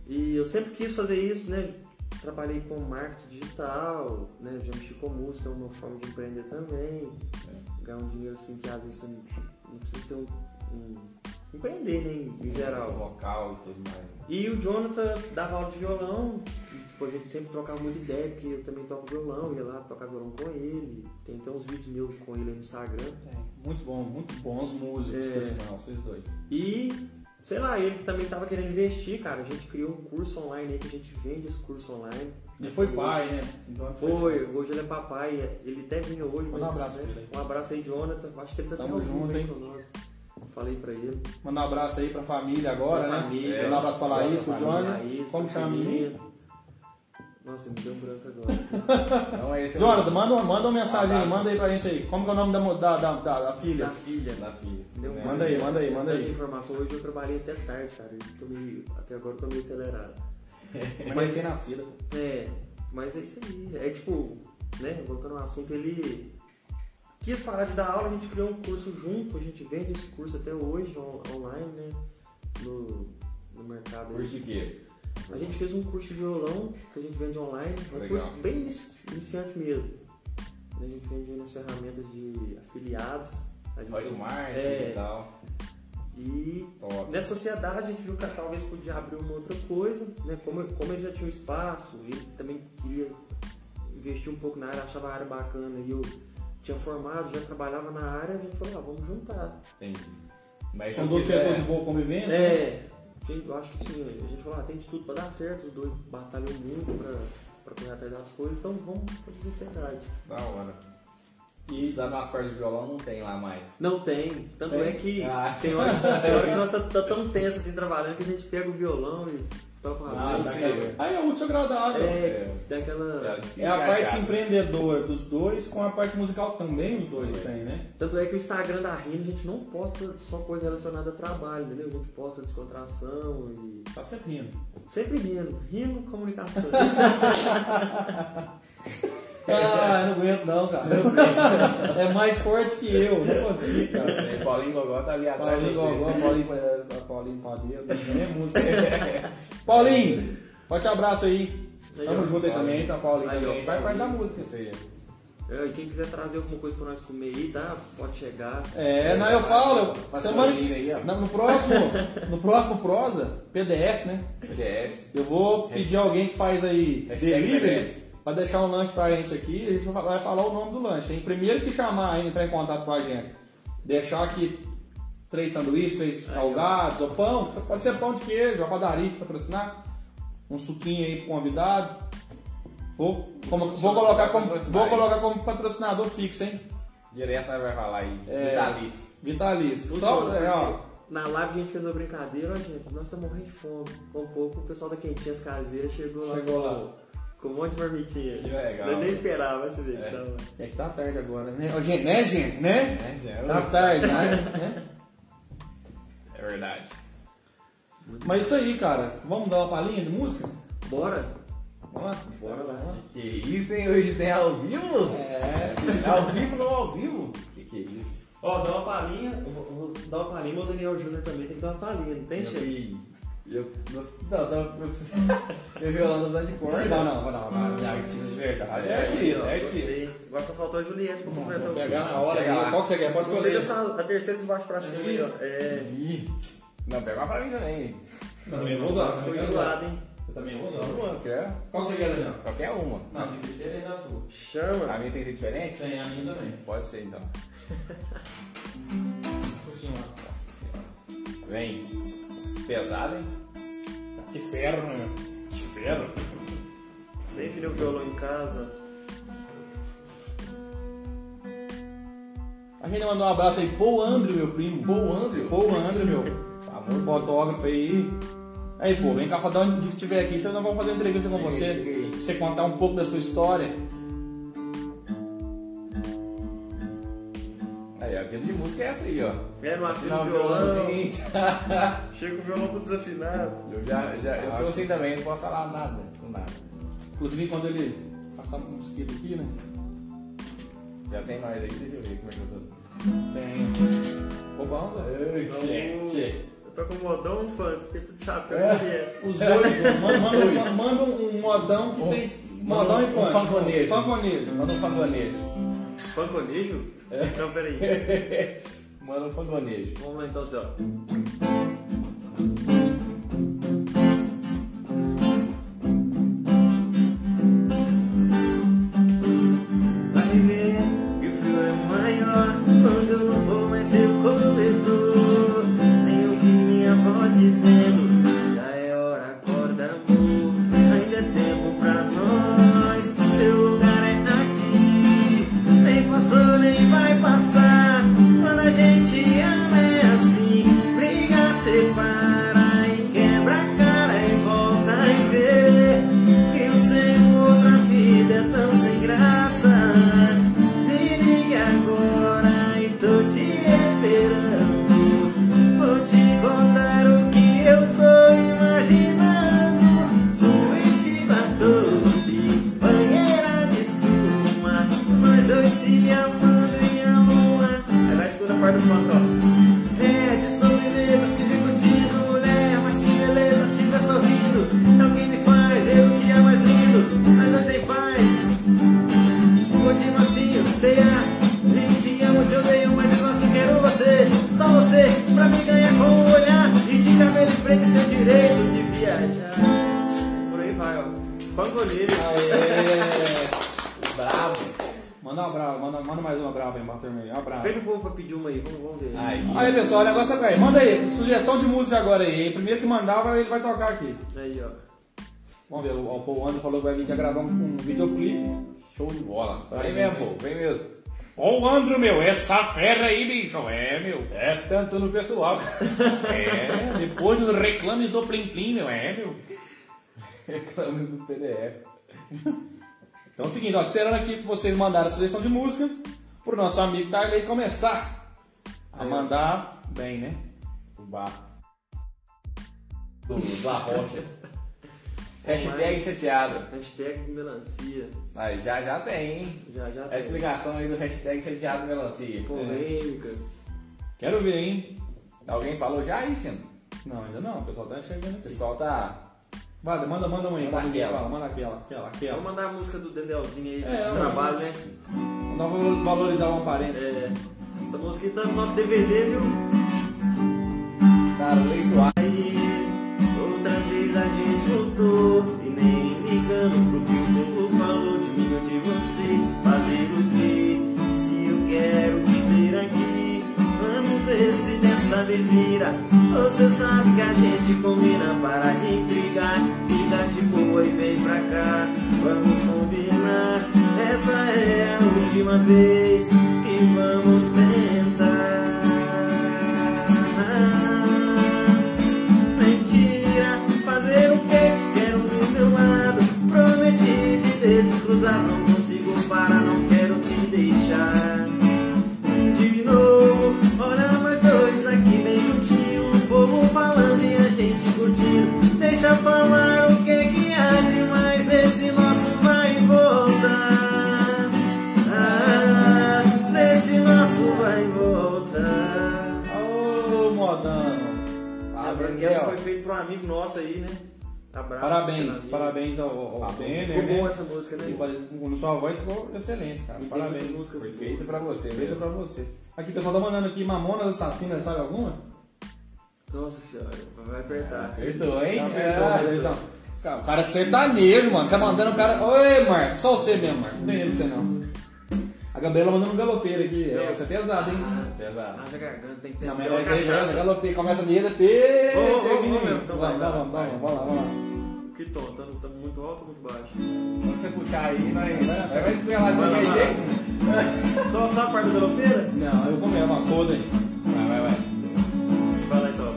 S3: E eu sempre quis fazer isso, né? Trabalhei com marketing digital, né? Já mexi com música, é uma forma de empreender também. Ganhar um dinheiro assim que às vezes você não não precisa ter um. um empreender, né? Em geral.
S1: Vocal e tudo mais.
S3: E o Jonathan dava aula de violão, e, tipo, a gente sempre trocava muita ideia, porque eu também toco violão, ia lá tocar violão com ele, tem até uns vídeos meus com ele aí no Instagram.
S2: Muito bom, muito bons músicos,
S3: É.
S2: por sinal, vocês dois.
S3: E, sei lá, ele também tava querendo investir, cara, a gente criou um curso online aí, que a gente vende esse curso online.
S2: Ele foi pai, né? Então ele
S3: Foi, hoje ele é papai, ele até vinha hoje,
S2: Manda
S3: mas...
S2: um abraço pra ele aí.
S3: Um abraço aí, Jonathan, acho que ele tá
S2: Tamo
S3: até ao vivo
S2: junto,
S3: aí
S2: hein?
S3: com nós. Falei pra ele.
S2: Mandar um abraço aí pra família agora,
S3: Pra
S2: né?
S3: família.
S2: Mandar um abraço pra Laís, pro
S1: Pra
S2: Johnny.
S3: Laís,
S2: Como
S3: pra
S2: chama a menina?
S3: Felipe. Nossa, me deu um branco agora.
S1: Não é esse
S2: Jonathan, manda, uma- manda uma mensagem aí,
S1: Abraço.
S2: manda aí pra gente aí. Como que é o nome da, mo- da, da, da- da filha?
S3: Da filha.
S1: Na filha.
S3: Deu
S1: né?
S3: um
S2: É. Manda aí, manda aí, manda
S3: Tanta
S2: aí.
S3: informação. Hoje eu trabalhei até tarde, cara. Eu tô meio- até agora eu tô meio acelerado.
S2: Mas tem nascida.
S3: É, mas é isso aí. É tipo, né, voltando ao assunto, ele quis parar de dar aula, a gente criou um curso junto, a gente vende esse curso até hoje on- online, né, no, no mercado.
S1: Curso de quê?
S3: A gente fez um curso de violão que a gente vende online, um
S1: Legal.
S3: curso bem inici- iniciante mesmo. A gente vende aí nas ferramentas de afiliados. A gente
S1: Hotmart
S3: É.
S1: e tal.
S3: E
S1: Top.
S3: Nessa sociedade a gente viu que talvez podia abrir uma outra coisa, né? Como, como ele já tinha um espaço, ele também queria investir um pouco na área, achava a área bacana e eu tinha formado, já trabalhava na área, a gente falou, ah, vamos juntar.
S1: Entendi. Mas
S2: É, São
S1: se
S2: duas
S1: quiser-
S2: pessoas de boa convivência. né?
S3: É, gente, eu acho que tinha. A gente falou, ah, tem de tudo pra dar certo, os dois batalham muito pra, pra correr atrás das coisas, então vamos pra sociedade.
S1: Da hora. E dando as cordas de violão não tem lá mais.
S3: Não tem, tanto
S1: Tem?
S3: é que
S1: Ah.
S3: tem, hora, tem hora que nós tá, tá tão tenso assim trabalhando que a gente pega o violão e toca uma
S1: Ah,
S3: vez,
S1: tá
S3: assim,
S1: claro.
S2: Aí é útil e agradável. É,
S3: É, tem aquela.
S1: difícil
S2: a
S1: achar,
S2: parte
S1: cara.
S2: empreendedora dos dois com a parte musical também os dois
S1: É.
S2: têm, né?
S3: Tanto é que o Instagram da Rina a gente não posta só coisa relacionada a trabalho, entendeu? A gente posta descontração e.
S2: Tá sempre rindo.
S3: Sempre rindo, rindo comunicação.
S2: Ah, eu não aguento não, cara. é mais forte que eu, não consigo, cara.
S1: É, Paulinho Gogó tá ali atrás.
S2: Paulinho
S1: de você.
S2: Gogó, Paulinho, eh, Paulinho Padeiro, também é música. Paulinho, forte abraço aí.
S3: Aí,
S2: Tamo
S3: ó,
S2: junto aí também, tá, Paulinho?
S3: Aí, ó,
S2: também. Vai parte da
S3: Paulinho.
S2: música.
S1: Isso aí.
S3: É, e quem quiser trazer alguma coisa pra nós comer aí, tá? Pode chegar.
S2: É, não, eu falo, eu-
S1: Faz
S2: semana,
S1: Paulinho aí, ó.
S2: na- no próximo, no próximo prosa, PDS, né?
S1: PDS.
S2: Eu vou pedir alguém que faz aí
S1: Hashtag
S2: delivery
S1: merece.
S2: pra deixar um lanche pra gente aqui. A gente vai vai falar o nome do lanche. Hein? Primeiro que chamar aí, entrar em contato com a gente. Deixar aqui três sanduíches, três
S3: Aí, ó.
S2: salgados, ou pão. Pode ser pão de queijo, uma padaria pra patrocinar. Um suquinho aí pro convidado. Vou, como- vou, colocar, como, vou colocar como patrocinador fixo, hein?
S1: Direto ela vai falar aí.
S2: É.
S1: Vitalício.
S2: Vitalício. Só,
S3: Funciona,
S2: é, ó.
S3: porque Na live a gente fez uma brincadeira, ó, gente. Nós estamos morrendo de fome. Com pouco, o pessoal da Quentinhas Caseiras chegou lá.
S2: Chegou
S3: com-
S2: lá.
S3: Com um monte de marmitinha.
S1: Que legal.
S3: Eu nem esperava esse vídeo.
S1: É.
S3: Então,
S2: É que tá tarde agora, né? Ô, gente, né, gente? Né?
S1: Né, Jean?
S2: Tá tarde, né?
S1: É verdade.
S2: Mas isso aí, cara. Vamos dar uma palhinha de música?
S3: bora?
S2: Vamos lá?
S3: Bora lá.
S1: Que isso, hein? Hoje tem ao vivo?
S2: É.
S1: É ao vivo não ao vivo? Que que é isso?
S3: Ó, dá uma palhinha. eu vou- eu vou Dar uma palhinha, mas o Daniel Júnior também tem que dar uma palhinha, não tem
S1: Eu
S3: jeito.
S1: vi. Eu. Nossa, não, não, eu preciso. Eu vi o Lando de corda.
S2: Não, não, não, não, não. É
S1: Ah,
S2: artista de verdade. É artista, é artista.
S3: Gostei. Agora só faltou a Juliette pra completar o
S2: Pegar
S3: vídeo.
S2: na hora
S1: Pega
S2: aí.
S1: lá.
S2: Qual que você quer? Pode
S3: Gostei
S2: escolher.
S3: dessa a terceira de baixo pra cima aí, ó. É.
S1: Ih. Não, pega uma pra mim também.
S2: Também vou usar.
S3: Ficou enjoado, hein?
S2: Você também usa?
S1: Qualquer uma, quer?
S2: Qual você quer, Daniel?
S1: Qualquer uma.
S2: Não, Ah, tem que ser diferente da sua.
S1: A
S3: Chama.
S1: minha tem que ser diferente?
S2: Tem a minha também.
S1: Pode ser então.
S2: Por cima.
S1: Nossa senhora. Vem. Pesado, hein?
S2: Que ferro, né? Que ferro.
S3: Tem filho violão em casa.
S2: A gente mandou um abraço aí pro André, meu primo.
S1: Paul Andrew.
S2: Pô, André, meu. Famoso fotógrafo aí. Aí, pô, vem cá falar onde que estiver aqui, senão nós vamos fazer uma entrevista
S1: Chega aí,
S2: com
S1: chega
S2: você.
S1: aí.
S2: Pra você contar um pouco da sua história.
S1: Aí, a vida de música é essa aí, ó.
S3: É, não afina
S1: Afinal,
S3: o
S1: o violão é o
S3: violão.
S1: seguinte.
S3: Chega o violão pro desafinado.
S1: Eu já, já, eu
S3: Ah,
S1: sou assim também, não posso falar nada, nada.
S2: Inclusive, quando ele passar um mosquito aqui, né?
S1: Já tem mais aí, deixa eu ver como é que eu
S2: Tem. Roubão, Zé.
S1: tô. Ei,
S3: Então, Eu tô com modão um funk, porque tu de chapéu
S1: É.
S3: é.
S2: Os dois, manda, manda, manda um modão que
S1: Um-
S2: tem. Modão e
S1: um
S2: funk.
S1: fangonejo.
S2: Fangonejo.
S1: Manda um fangonejo.
S3: Fangonejo?
S2: É.
S3: Então, peraí.
S1: Manda um fangonejo.
S3: Vamos lá então, assim, ó. Vai ver que o frio é maior quando eu não vou mais ser corredor. Nem ouvi minha voz dizendo: Já é hora, acorda, amor. Ainda é tempo pra nós, seu lugar é aqui. Nem passou, nem vai passar. Quando a gente ama é assim: briga, separa e quebra a cara é e volta e vê. Que o Senhor outra vida é tão sem graça. Me ligue agora e tô te esperando. Vou te contar o que eu tô imaginando. Suítiva doce, banheira de espuma. Nós dois se amando e a lua. Aí vai escuta a parte do funk, ó. É de sobremesa, se vê contigo, mulher. Mas que beleza, te ver sorrindo. É o que me faz ver o dia mais lindo. Mas nós sem paz. Vou de mansinho, ceia E ah, te amo, te odeio, mas eu não só assim quero você Só você, pra me ganhar com o olhar E de cabelo e preto teu direito de viajar Por aí vai, ó Pangoneiro
S1: Aê! Bravo!
S2: Manda uma brava, manda, manda mais uma brava aí, Matheus. Uma brava.
S3: Pede o povo pra pedir uma aí, vamos, vamos ver
S1: Aí,
S2: Aí pessoal, o negócio é aí. Manda aí, sugestão de música agora aí. Primeiro que mandar, vai- ele vai tocar aqui.
S3: Aí, ó
S2: Vamos ver, o, o Paul André falou que vai vir aqui gravar um, um videoclipe.
S1: show de bola. Vem mesmo, pô, vem mesmo.
S2: Ô Andro, meu, essa fera aí, bicho. É, meu.
S1: É, tanto no pessoal.
S2: É, depois dos reclames do Plim Plim, meu. É, meu.
S1: Reclame do PDF.
S2: Então é o seguinte, ó, esperando aqui que vocês mandarem a sugestão de música pro nosso amigo Tarley começar a
S3: Aí, ó.
S2: mandar bem, né?
S1: Do bar. Do, da rocha. Hashtag chateado.
S3: Hashtag melancia
S1: Aí, já, já tem, hein?
S3: Já, já
S1: A
S3: tem
S1: explicação aí do hashtag chateado melancia.
S3: Polêmicas
S2: Quero ver, hein?
S1: Alguém falou já aí, Chino?
S2: Não, ainda não, o pessoal tá chegando
S1: O
S2: aqui.
S1: pessoal tá.
S2: Vai, manda, manda um aí,
S1: Manda
S2: manda
S1: aquela.
S2: aquela, manda aquela, aquela, aquela.
S3: Vamos mandar a música do Dendelzinho aí,
S2: É,
S3: de
S2: é,
S3: trabalho, né?
S2: Nós vamos valorizar uma aparência.
S3: É, essa música aí tá no nosso DVD, viu?
S1: Tá, Luiz Soares.
S3: Aí, outra vez a gente voltou E nem ligamos pro que o povo falou De mim ou de você Fazer o quê? Se eu quero te ver aqui Vamos ver se dessa vez vira Você sabe que a gente combina Para de intrigar Fica de boa e vem pra cá Vamos combinar Essa é a última vez Que vamos tentar Mentira, fazer o que te quero do meu lado. Prometi de dedos cruzados, não consigo parar, não quero te deixar. De novo, olha nós dois aqui bem juntinho. O povo falando e a gente curtindo. Deixa falar o que, que há de mais nesse nosso vai e voltar. Ah, nesse nosso vai e voltar.
S2: Ô, Modano!
S3: A Branquela Ah, foi feita por um amigo nosso aí, né? Abraço. pelo
S2: Parabéns,
S3: amigo.
S2: parabéns ao, ao, ao Brenner,
S3: Ah, Ficou
S2: né?
S3: boa essa música, né?
S2: E pare- Com sua voz ficou excelente, cara.
S3: E tem
S2: parabéns.
S3: muitas músicas
S2: Foi
S3: boas.
S2: feita pra você, feita
S1: mesmo.
S2: pra você. Aqui, pessoal, tá mandando aqui Mamonas Assassinas, sabe alguma?
S3: Nossa senhora, vai apertar.
S1: Apertou, hein?
S2: Tá apertado,
S1: É.
S2: então. Cara, o cara é sertanejo, mano. Tá mandando o cara. Oi, Marcos. Só você mesmo, Marcos. Não tem ele, você não. A Gabriela mandando um galopeiro aqui. É, essa é pesada, hein?
S1: Pesado.
S3: Haja garganta, tem que ter
S2: Não,
S3: uma
S2: mas ela é
S3: cachaça.
S2: beijando, galopeiro. Começa nele, é pe-
S3: Ô, ô, ô,
S2: pequenininho.
S3: ô, meu, então
S2: Vamos,
S3: vai,
S2: lá,
S3: vai,
S2: vamos,
S3: vai.
S2: vamos, vamos lá, vamos lá.
S3: Que tom, tá, tá muito alto ou muito baixo?
S1: Quando você puxar aí, vai. né? Vai vai escorrer lá de qualquer
S3: Vai, vai,
S1: jeito.
S3: Só, só a parte da galopeira?
S2: Não, eu comi é uma coda aí.
S1: Vai, vai, vai.
S3: Vai lá então.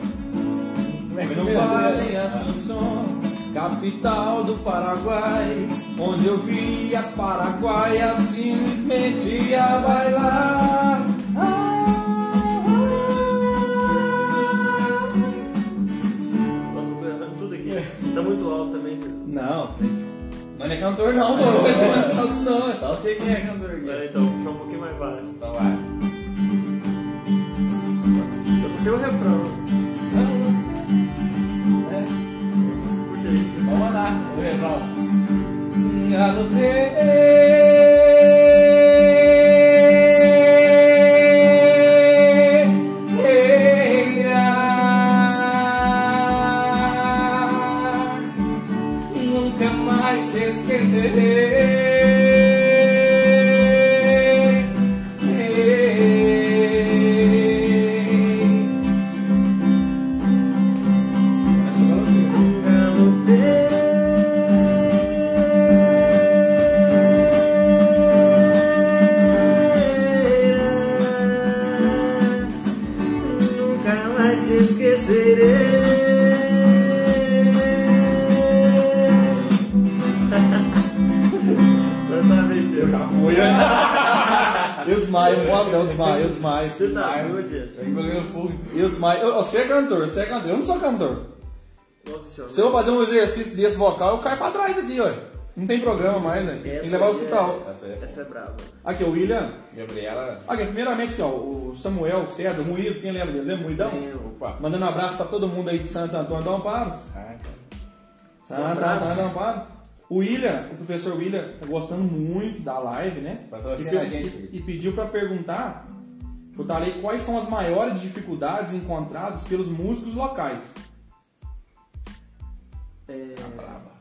S1: Como é que
S2: No
S1: começa, né?
S2: Vale Assunção, capital do Paraguai, onde eu vi as paraguaias simplesmente a bailar. Ah!
S3: Nossa, eu tô errando tudo aqui. Tá muito alto também. cê-
S2: Não, não é cantor não, só não tem cantor não. é.
S1: Só eu sei quem é cantor aqui.
S3: Vai lá então, puxar um pouquinho mais baixo.
S1: Então vai.
S3: Eu só sei o refrão.
S2: Tá
S1: É,
S3: Puxa aí.
S1: Vamos mandar. Vê, vamos.
S2: Nunca mais te esquecerei.
S3: Nunca mais te esquecerei. Dessa vez, eu já
S2: Eu desmaio, eu não posso não, desmaio, eu desmaio.
S3: Você tá ruim, Diego.
S1: Eu engoli o fogo.
S2: Eu desmaio. Eu- Você é cantor, você é cantor. Eu não sou cantor.
S3: Nossa senhora.
S2: Se eu fazer um exercício desse vocal, eu caio pra trás aqui, olha. Não tem programa mais, né? Tem que
S3: Essa
S2: levar ao
S3: aí é-
S2: hospital.
S1: Essa é.
S3: Essa é brava.
S2: Aqui, o William.
S1: Gabriela.
S2: Aqui, primeiramente, aqui, ó, o Samuel, o César, o Moído, quem lembra dele? Lembra o Moidão?
S3: Lembro.
S1: Opa. tá
S2: Mandando um abraço pra todo mundo aí de Santo Antônio do Amparo.
S1: Saca.
S2: Santo Antônio do Amparo. O William, o professor William, tá gostando muito da live, né?
S1: Patrocina
S2: pe-
S1: a é gente.
S2: e pediu pra perguntar, eu falei quais são as maiores dificuldades encontradas pelos músicos locais.
S3: É,
S1: Tá brava.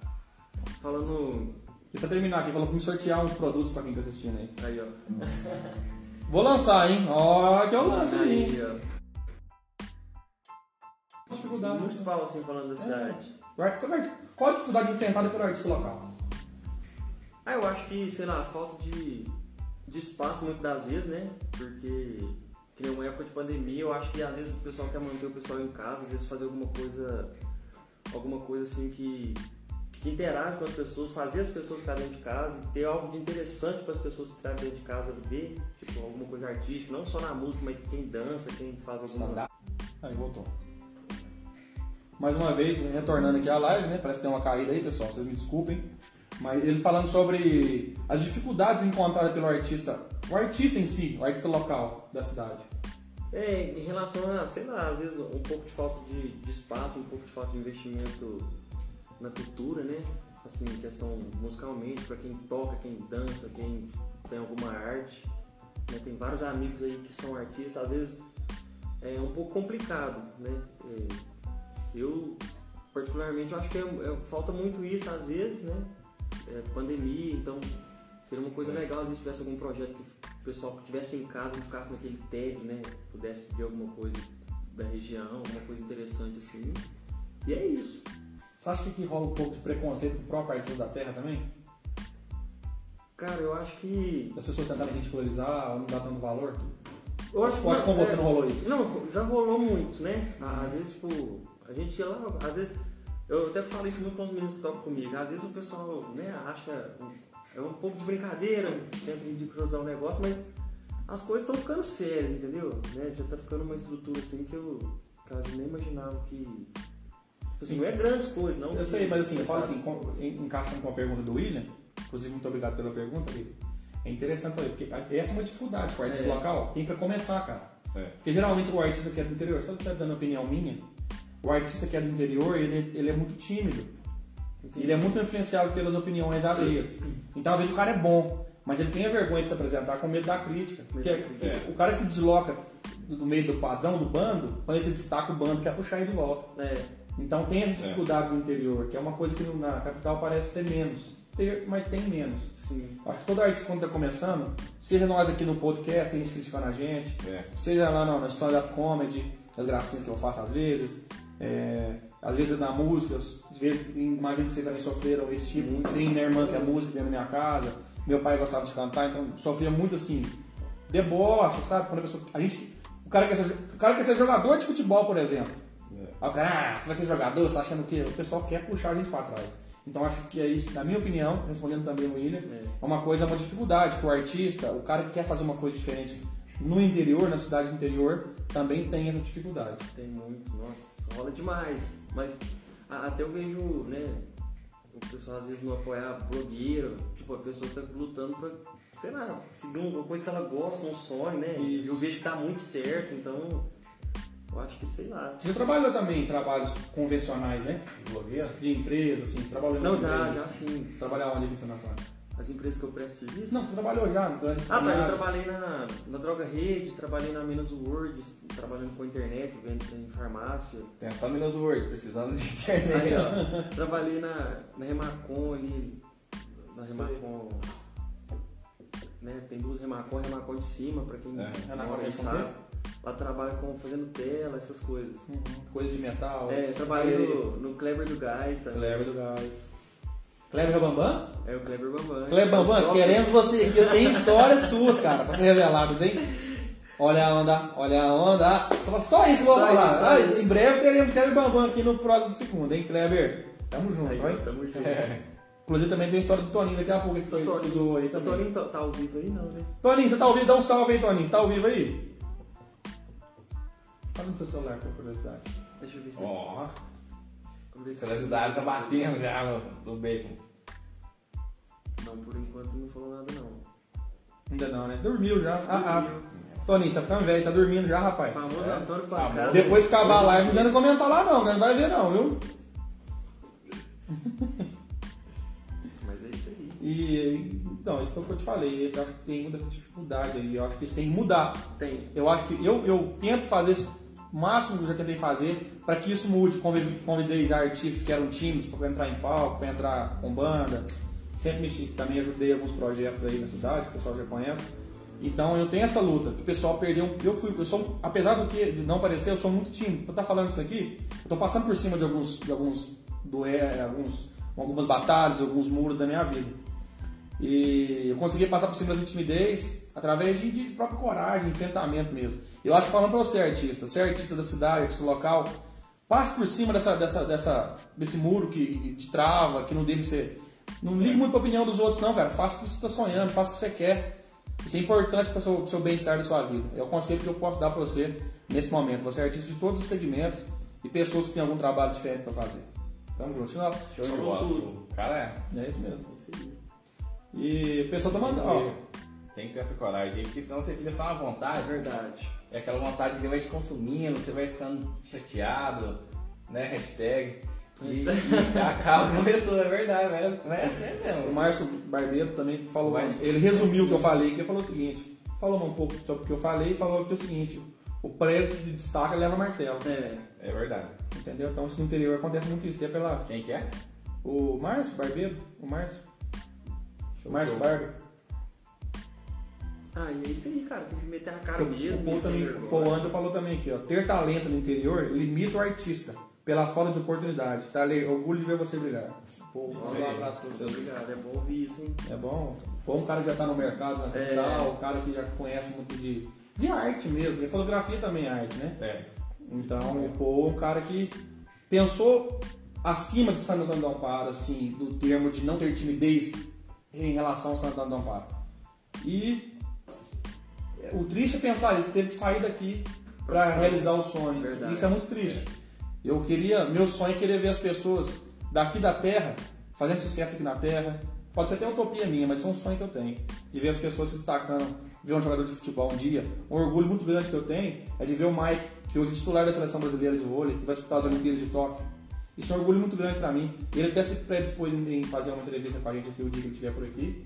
S3: falando.
S2: E pra terminar aqui, falou pra me sortear uns produtos pra quem tá assistindo aí.
S3: Aí, ó.
S2: Vou lançar, hein? Ó, que eu lanço aí.
S3: Aí, ó.
S2: Dificuldade.
S3: Muitos falam assim falando da cidade.
S2: Vai- qual vai- Qual a dificuldade enfrentada por artista local?
S3: Ah, eu acho que, sei lá, falta de, de espaço muitas das vezes, né? Porque, que nem uma época de pandemia, eu acho que às vezes o pessoal quer manter o pessoal em casa, às vezes fazer alguma coisa, alguma coisa assim que, que interage com as pessoas, fazer as pessoas ficarem dentro de casa, ter algo de interessante para as pessoas que ficarem dentro de casa ver, tipo, alguma coisa artística, não só na música, mas quem dança, quem faz alguma...
S2: Aí, voltou. Mais uma vez, retornando aqui à live, né? Parece que tem uma caída aí, pessoal. Vocês me desculpem. Mas ele falando sobre as dificuldades encontradas pelo artista. O artista em si, o artista local da cidade.
S3: É, em relação a, sei lá, às vezes um pouco de falta de, de espaço, um pouco de falta de investimento na cultura, né? Assim, em questão musicalmente, pra quem toca, quem dança, quem tem alguma arte. né? Tem vários amigos aí que são artistas, às vezes é um pouco complicado, né? É, eu, particularmente, eu acho que é- é- falta muito isso às vezes, né? É, pandemia, então seria uma coisa legal às vezes tivesse algum projeto que o pessoal que estivesse em casa não ficasse naquele tédio, né? Pudesse ver alguma coisa da região, alguma coisa interessante assim. E é isso.
S2: Você acha que aqui rola um pouco de preconceito do próprio artista da terra também?
S3: Cara, eu acho que.
S2: Das pessoas tentarem ridicularizar ou não dar tanto valor?
S3: Eu acho que.
S2: Eu acho que com
S3: não,
S2: você
S3: é-
S2: não rolou isso.
S3: Não, já rolou muito, né? Às vezes, tipo, a gente ia lá, às vezes. Eu até falo isso muito com os meninos que tocam comigo. Às vezes o pessoal, né, acha que é um- é um pouco de brincadeira, tenta ridicularizar o negócio, mas as coisas estão ficando sérias, entendeu? Né? Já tá ficando uma estrutura assim que eu quase nem imaginava que. tipo Assim, não é grandes coisas, não. é
S2: Eu sei, mas assim,
S3: Você
S2: fala
S3: sabe.
S2: assim, com- en- encaixando com a pergunta do William, inclusive muito obrigado pela pergunta, William. É interessante também, porque a- essa é uma dificuldade para o artista
S3: É.
S2: local, tem que começar, cara.
S1: É.
S2: Porque geralmente o artista que é do interior, só tá dando opinião minha, o artista que é do interior, ele, ele é muito tímido.
S3: Entendi.
S2: Ele é muito influenciado pelas opiniões alheias. Então, às vezes, o cara é bom, mas ele tem a vergonha de se apresentar com medo da crítica. Porque
S3: Medo da crítica.
S2: porque o cara que é se desloca do do meio do padrão, do bando, quando ele se destaca, o bando quer puxar ele de volta.
S3: É,
S2: Então tem essa
S1: É.
S2: dificuldade no interior, que é uma coisa que no- na capital parece ter menos. Ter, mas tem menos.
S3: Sim.
S2: Acho que todo artista quando está começando, seja nós aqui no podcast, tem gente criticando a gente,
S1: É.
S2: seja lá na, na stand-up comedy, as gracinhas que eu faço às vezes, é, às vezes na música, às vezes imagino que vocês também sofreram esse tipo, tem minha irmã que é música dentro da minha casa, meu pai gostava de cantar, então sofria muito assim, deboche, sabe? Quando a pessoa. A gente. O cara quer ser, o cara quer ser jogador de futebol, por exemplo.
S1: É.
S2: Aí o cara, ah, você vai ser jogador, você tá achando que o pessoal quer puxar a gente pra trás. Então acho que é isso, na minha opinião, respondendo também o William,
S3: É.
S2: é uma coisa, é uma dificuldade que o artista, o cara que quer fazer uma coisa diferente no interior, na cidade do interior, também tem essa dificuldade.
S3: Tem muito, nossa, rola demais. Mas a- até eu vejo, né, o pessoal às vezes não apoiar blogueiro, tipo, a pessoa tá lutando pra, sei lá, seguir uma coisa que ela gosta, um sonho, né? E
S2: Isso.
S3: eu vejo que dá muito certo, então eu acho que sei lá.
S2: Você trabalha também em trabalhos convencionais, né?
S1: Blogueiro?
S2: De empresa, assim, trabalhando
S3: Não,
S2: em
S3: já,
S2: empresas.
S3: já sim.
S2: Trabalhar onde aqui em Santa Clara?
S3: As empresas que eu presto serviço.
S2: Não, é? você trabalhou já né? durante esse
S3: Ah, mas eu
S2: trabalho.
S3: trabalhei na, na Droga Rede, trabalhei na Minas World, trabalhando com internet, vendo em farmácia.
S1: Tem essa Minas Word, precisando de
S3: Aí,
S1: internet.
S3: ó, trabalhei na, na Remacon ali. Na Remacon. Né, tem duas Remacon, Remacon de cima, pra quem
S1: É,
S2: Remacon
S3: mora
S2: é
S3: e
S2: com
S3: sabe. Lá trabalha com fazendo tela, essas coisas.
S2: Uhum, Coisa de metal.
S3: É, trabalhei no, no Kleber do Gás também.
S2: Cleber do gás. Cleber Bambam?
S3: É o Kleber Bambam.
S2: Cleber Bambam,
S3: Top.
S2: queremos você aqui. Eu tenho histórias suas, cara, pra ser reveladas, hein? Olha a onda, olha a onda. Só, só isso que eu vou
S3: Só
S2: falar.
S3: isso, só
S2: Ah,
S3: isso.
S2: Em breve teremos Kleber Bambam aqui no próximo segundo, hein, Kleber? Tamo junto,
S3: Aí,
S2: hein?
S3: ó, tamo
S2: É.
S3: junto.
S2: Inclusive também tem a história do Toninho daqui a pouco que foi
S3: O
S2: que
S3: Toninho-
S2: zoou um aí
S3: o
S2: também.
S3: Toninho tá, tá ao vivo aí, não, né?
S2: Toninho, você tá ao vivo? Dá um salve aí, Toninho. Você tá ao vivo aí? Fala no seu celular, por curiosidade.
S3: Deixa eu ver se.
S1: Ó,
S3: Vamos ver
S1: a curiosidade tá batendo já no, no bacon.
S3: Não, por enquanto não falou nada, não.
S2: Ainda não, né? Dormiu já. Ah,
S3: Dormiu.
S2: ah. Toninho, tá ficando velho, tá dormindo já, rapaz.
S3: Famoso Antônio Pancada.
S1: Famoso.
S2: Depois que acabar a live, não adianta comentar lá não, né? Não vai ver não, viu?
S3: Mas é isso aí.
S2: E, então, isso foi o que eu te falei. Eu acho que tem muita dificuldade aí. Eu acho que isso tem que mudar.
S3: Tem.
S2: Eu acho que eu, eu tento fazer isso, o máximo que eu já tentei fazer, para que isso mude. Convidei, convidei já artistas que eram times para entrar em palco, para entrar com banda. Sempre mexi, também ajudei alguns projetos aí na cidade, que o pessoal já conhece. Então eu tenho essa luta, que o pessoal perdeu. um- Eu fui, eu sou, apesar do que de não parecer, eu sou muito tímido. Eu estar falando isso aqui, eu tô passando por cima de alguns, de alguns, doé, alguns, algumas batalhas, alguns muros da minha vida. E eu consegui passar por cima dessa timidez através de, de própria coragem, enfrentamento mesmo. Eu acho que falando pra você, artista, você é artista da cidade, artista local, passe por cima dessa, dessa, dessa, desse muro que te trava, que não deixa você. Não ligue muito pra opinião dos outros, não, cara. Faça o que você está sonhando, faça o que você quer. Isso é importante para o seu, pro seu bem-estar da sua vida. É o conselho que eu posso dar para você nesse momento. Você é artista de todos os segmentos e pessoas que têm algum trabalho diferente para fazer. Tamo junto, sinal.
S1: Show de
S3: Falou
S1: bola.
S3: tudo.
S1: O cara é.
S2: É isso mesmo.
S3: É isso aí. É.
S2: E o pessoal tá mandando. ó.
S1: Tem que ter essa coragem aí, porque senão você fica só na vontade.
S3: Verdade.
S1: É aquela vontade que vai te consumindo, você vai ficando chateado, né? Hashtag. E, e acaba com a pessoa, é verdade, mas, mas é sério
S2: O
S1: mesmo.
S2: Márcio Barbeiro também falou,
S1: Márcio.
S2: ele resumiu o que eu falei, que ele falou o seguinte, falou um pouco sobre o que eu falei e falou aqui o seguinte, o prego que se destaca leva martelo,
S3: É.
S1: É verdade.
S2: entendeu? Então isso no interior acontece muito isso, que é pela...
S1: Quem que é?
S2: O Márcio Barbeiro, o Márcio, o Márcio
S1: show.
S2: Barbeiro,
S3: Ah, e é isso aí, cara. Tem que meter a cara mesmo. né?
S2: o Paul
S3: e sem
S2: também- o
S3: vergonha.
S2: Paul Andrew falou também aqui, ó, ter talento no interior limita o artista pela falta de oportunidade, tá? Ale, Orgulho de ver você brilhar. Pô,
S1: Isso
S2: um
S1: aí.
S2: abraço pra você.
S3: Obrigado, é bom ouvir isso, hein?
S2: É bom. Ou um cara que já tá no mercado, na
S3: É.
S2: capital, o cara que já conhece muito de, de arte mesmo. E fotografia também é arte, né?
S1: É.
S2: Então, o Paul é um cara que pensou acima de Santo Antônio da Amparo, assim, do termo de não ter timidez em relação ao Santo Antônio da Amparo. E o triste é pensar isso, teve que sair daqui para
S3: Sim.
S2: realizar os sonhos.
S3: Verdade.
S2: Isso é muito triste. Eu queria, meu sonho é querer ver as pessoas daqui da Terra fazendo sucesso aqui na Terra. Pode ser até utopia minha, mas é um sonho que eu tenho. De ver as pessoas se destacando, ver um jogador de futebol um dia. Um orgulho muito grande que eu tenho é de ver o Mike, que hoje é titular da seleção brasileira de vôlei, que vai disputar as Olimpíadas de Tóquio. Isso é um orgulho muito grande pra mim. Ele até se predispôs em em fazer uma entrevista com a gente aqui o dia que ele estiver por aqui.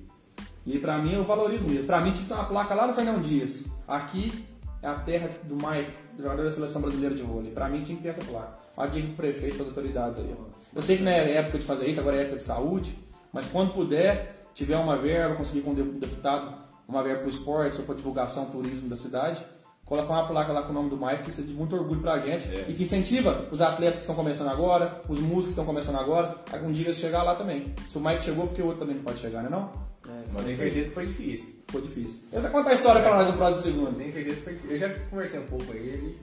S2: E pra mim eu valorizo mesmo. Pra mim, tipo, tem uma placa lá do Fernão Dias. Aqui é a terra do Mike, jogador da seleção brasileira de vôlei. Pra mim tinha que ter essa placa. Uma dica pro prefeito, as autoridades aí. ó. Eu sei que não é época de fazer isso, agora é época de saúde, mas quando puder, tiver uma verba, conseguir com o de- deputado uma verba pro esporte, ou pra divulgação, turismo da cidade, colocar uma placa lá com o nome do Mike, que isso é de muito orgulho pra gente,
S1: É.
S2: e que incentiva os atletas que estão começando agora, os músicos que estão começando agora, a um dia eles chegar lá também. Se o Mike chegou, porque o outro também não pode chegar, né não?
S3: É.
S1: Mas tenho certeza que foi difícil.
S2: Ficou difícil. Ele vai contar a história pra nós no próximo
S1: Eu
S2: segundo.
S1: tenho certeza que foi difícil. Eu já conversei um pouco com ele.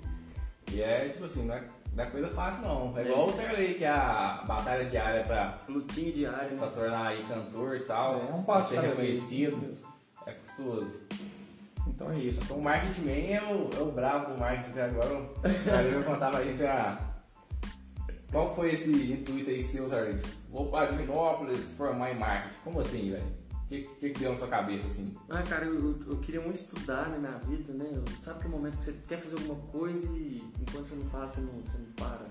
S1: E é tipo assim, não é, não é coisa fácil não. É igual o Terley, que é a batalha diária pra,
S3: Lutinha diária. né?
S1: pra tornar aí cantor e tal.
S2: É um passo
S1: pra ser
S2: cada vez.
S1: reconhecido. É custoso.
S2: Então é isso.
S1: O Market Man é o, é o brabo do marketing até agora. Aí ele vai contar pra gente a. Qual foi esse intuito aí seu, Sargento? Vou para Divinópolis formar em marketing. Como assim, velho? O que, que que deu na sua cabeça assim?
S3: Ah, cara, eu, eu- eu queria muito estudar na minha vida, né? Eu- Sabe que é o momento que você quer fazer alguma coisa e enquanto você não faz, você não, você não para.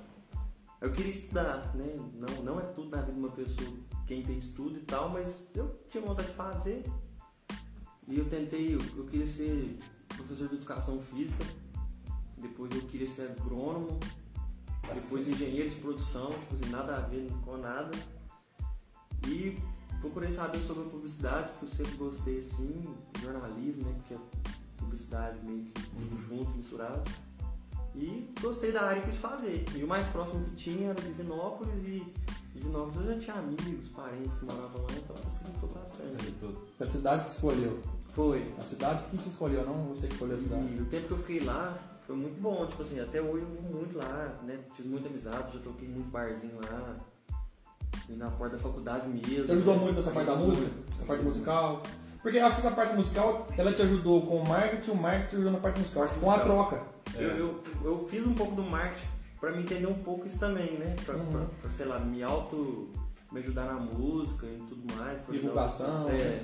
S3: Eu queria estudar, né? Não, não é tudo na vida de uma pessoa, quem tem estudo e tal, mas eu tinha vontade de fazer. E eu tentei, eu, eu queria ser professor de educação física, depois eu queria ser agrônomo, depois engenheiro de produção, tipo assim, nada a ver com nada. E procurei saber sobre a publicidade, porque eu sempre gostei assim, jornalismo, né? Porque a publicidade meio que tudo junto, misturado. E gostei da área e quis fazer. E o mais próximo que tinha era Divinópolis e Divinópolis eu já tinha amigos, parentes que moravam lá, então assim não foi bastante.
S2: A cidade que escolheu.
S3: Foi.
S2: A cidade que te escolheu, não você que escolheu a cidade.
S3: E o tempo que eu fiquei lá foi muito bom, tipo assim, até hoje eu vou muito lá, né? Fiz muita amizade, já toquei muito barzinho lá. E na porta da faculdade mesmo.
S2: Te ajudou muito essa parte da música, essa parte musical. Porque eu acho que essa parte musical, ela te ajudou com o marketing, o marketing te ajudou na parte musical. Acho que foi uma
S3: Musical.
S2: troca.
S3: É. Eu, eu, eu fiz um pouco do marketing pra me entender um pouco isso também, né? Pra,
S2: Uhum.
S3: pra- pra, sei lá, me auto. me ajudar na música e tudo mais. pra ajudar
S2: Divulgação, né?
S3: outras pessoas.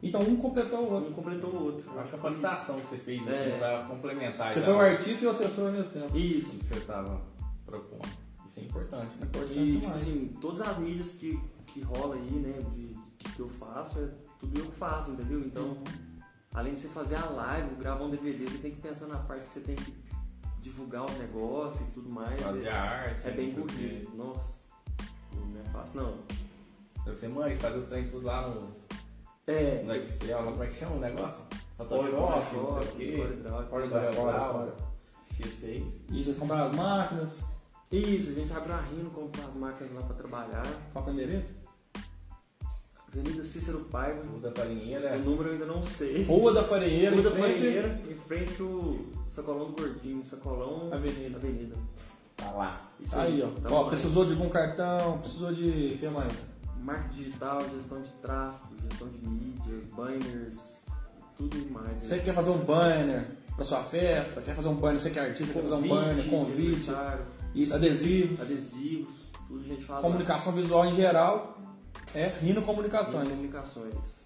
S2: Então um completou o
S3: É, um
S2: outro.
S3: completou o outro.
S1: A
S2: é
S1: capacitação que você fez
S3: É.
S1: assim, pra complementar.
S2: Você
S1: e
S2: foi
S1: tal.
S2: um o artista e o assessor ao mesmo tempo.
S1: Isso
S3: Isso.
S1: que você estava propondo. Isso é importante. né?
S3: E, tipo
S2: demais.
S3: assim, todas as mídias que, que rola aí, né, de, que eu faço, é tudo eu que faço, entendeu? Então, além de você fazer a live, gravar um DVD, você tem que pensar na parte que você tem que divulgar o negócio e tudo mais.
S1: Fazer
S3: É,
S1: a arte.
S3: é bem
S1: não sei o quê.
S3: corrido. Nossa, não é fácil, não.
S1: Deve ser mãe, fazer os treinos lá no,
S3: É,
S1: no Excel, lá, como é que chama o negócio? Photoshop,
S3: Photoshop, assim.
S1: não sei o quê.
S3: Corel Draw.
S1: Corel Draw, X6.
S2: E vocês compraram as máquinas,
S3: Isso, a gente abre uma rino, compra as máquinas lá pra trabalhar.
S2: qual que é o endereço?
S3: Avenida Cícero Paiva,
S1: O da farinheira
S3: o número eu ainda não sei.
S2: Rua da Fareeira,
S3: Rua da
S2: em frente-
S3: Farinheira, em frente o Sacolão do Gordinho, Sacolão
S2: Avenida.
S3: Avenida.
S1: tá lá.
S3: Isso
S2: Aí, ó.
S3: Então,
S2: ó precisou de algum cartão, precisou de. O que mais?
S3: Marketing digital, gestão de tráfego, gestão de mídia, banners, tudo mais. né?
S2: Você que quer fazer um banner pra sua festa, quer fazer um banner, você que é artista, quer fazer um banner, convite,
S3: aniversário,
S2: isso, adesivos.
S3: adesivos, tudo a gente faz. lá.
S2: Comunicação visual em geral é Rino Comunicações,
S3: Comunicações.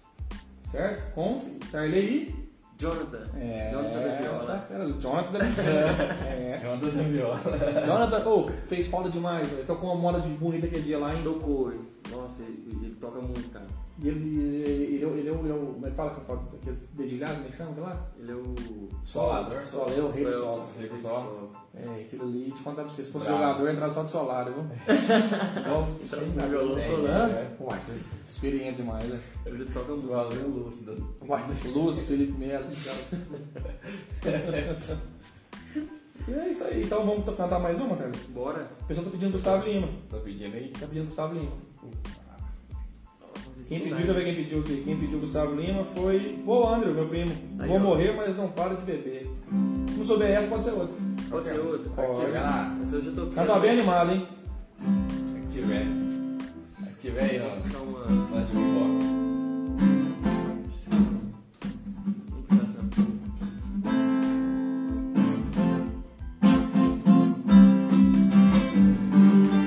S2: certo? Com Tarley e.
S3: Jonathan.
S2: É,
S3: Jonathan da Viola.
S2: essa fera, Jonathan da Viola. É.
S1: É uma das viola.
S2: Jonathan, ô, fez falta demais, velho. Tocou uma moda de bonita aquele dia lá, hein?
S3: Tocou. Nossa, ele, ele toca muito, cara.
S2: E ele, ele, ele, é o- ele, é o- ele é o. Como é que fala que eu falo? Aquele dedilhado, me chama, aquele lá?
S3: Ele é o.
S1: Solador.
S2: Solar, é o rei do solo.
S1: Rei do
S2: É, aquilo ali, te contar pra você, se fosse
S1: Bravo.
S2: jogador, entrava só de solar, viu? Igual você tá
S3: no violão
S2: tem,
S3: solar.
S2: né? Pô, você- experiente demais, né?
S3: Mas ele toca
S1: O
S3: muito.
S1: Valeu Lúcido.
S2: Lúcio, Felipe Melo, esse cara. E é isso aí, então vamos cantar mais uma, cara?
S3: Bora.
S2: O pessoal tá pedindo Gustavo Lima.
S1: Tô pedindo aí.
S2: Tá pedindo Gustavo Lima. Quem pediu, deixa eu ver quem pediu aqui. Quem pediu Gustavo Lima foi. Pô, André, meu primo.
S3: Aí,
S2: Vou
S3: ó.
S2: morrer, mas não paro de beber. Se não souber essa, pode ser outra.
S3: Pode ser outra?
S2: Pode.
S1: Chega lá.
S3: Mas eu já toquei.
S2: Canta bem animado, hein?
S1: É que tiver. É que tiver aí, Tá mano.
S3: Então, mano,
S1: Na Jukebox.
S3: vamos pra essa.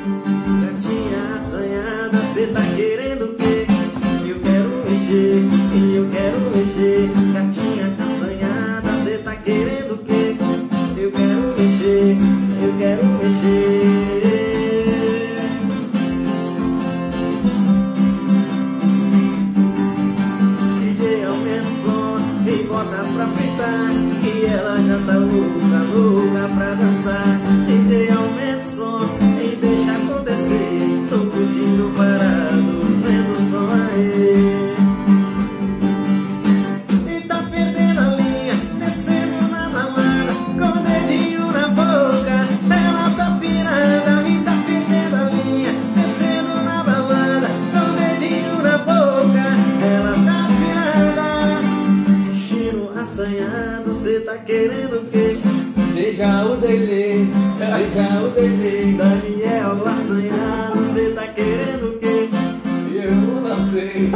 S3: Gatinha assanhada, cê tá querendo o quê? Eu quero mexer, e eu quero mexer. Gatinha assanhada, cê tá querendo o quê? Eu quero mexer, eu quero mexer. DJ aumenta o som e bota pra fritar Que ela já tá louca, louca pra dançar DJ aumenta o som tá tá tá danado, cê tá querendo o quê?
S2: Beija o dele, beija o dele.
S3: Daniel Laçanhado, cê tá querendo o quê?
S1: Eu não sei.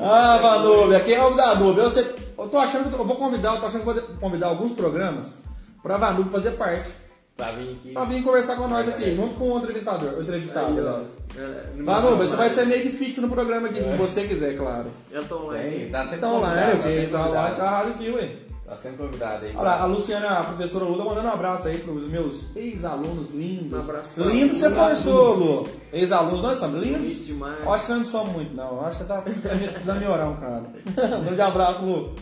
S2: Ah, Vanube, aqui é o da Adobe. Eu, sei- eu tô achando que eu vou convidar, eu tô achando que eu vou de- convidar alguns programas pra Vanube fazer parte.
S1: Tá vindo aqui.
S2: Pra vir conversar com nós aqui, junto com o entrevistador. O entrevistado,
S3: Aí,
S2: né?
S3: ó. é, Ela-
S2: Vanube, você vai ser meio que fixo no programa aqui, se você quiser, claro.
S3: Ela tá
S1: Tem,
S3: online.
S1: tá sempre
S2: Então lá,
S1: convidado.
S2: né,
S1: tá sempre
S2: o tá lá
S1: convidado.
S2: tá rádio aqui, ué.
S1: Tá sempre convidado aí.
S2: Olha lá, a Luciana, a professora Lu, tá mandando um abraço aí pros meus ex-alunos lindos.
S3: Um abraço pra
S2: Lindo você
S3: Lu.
S2: forçou, Lu. Ex-alunos nós somos lindos.
S3: Bonito demais.
S2: Eu acho que eu não sou muito, não. Eu acho que tá precisando melhorar um cara. Um grande abraço, Lu.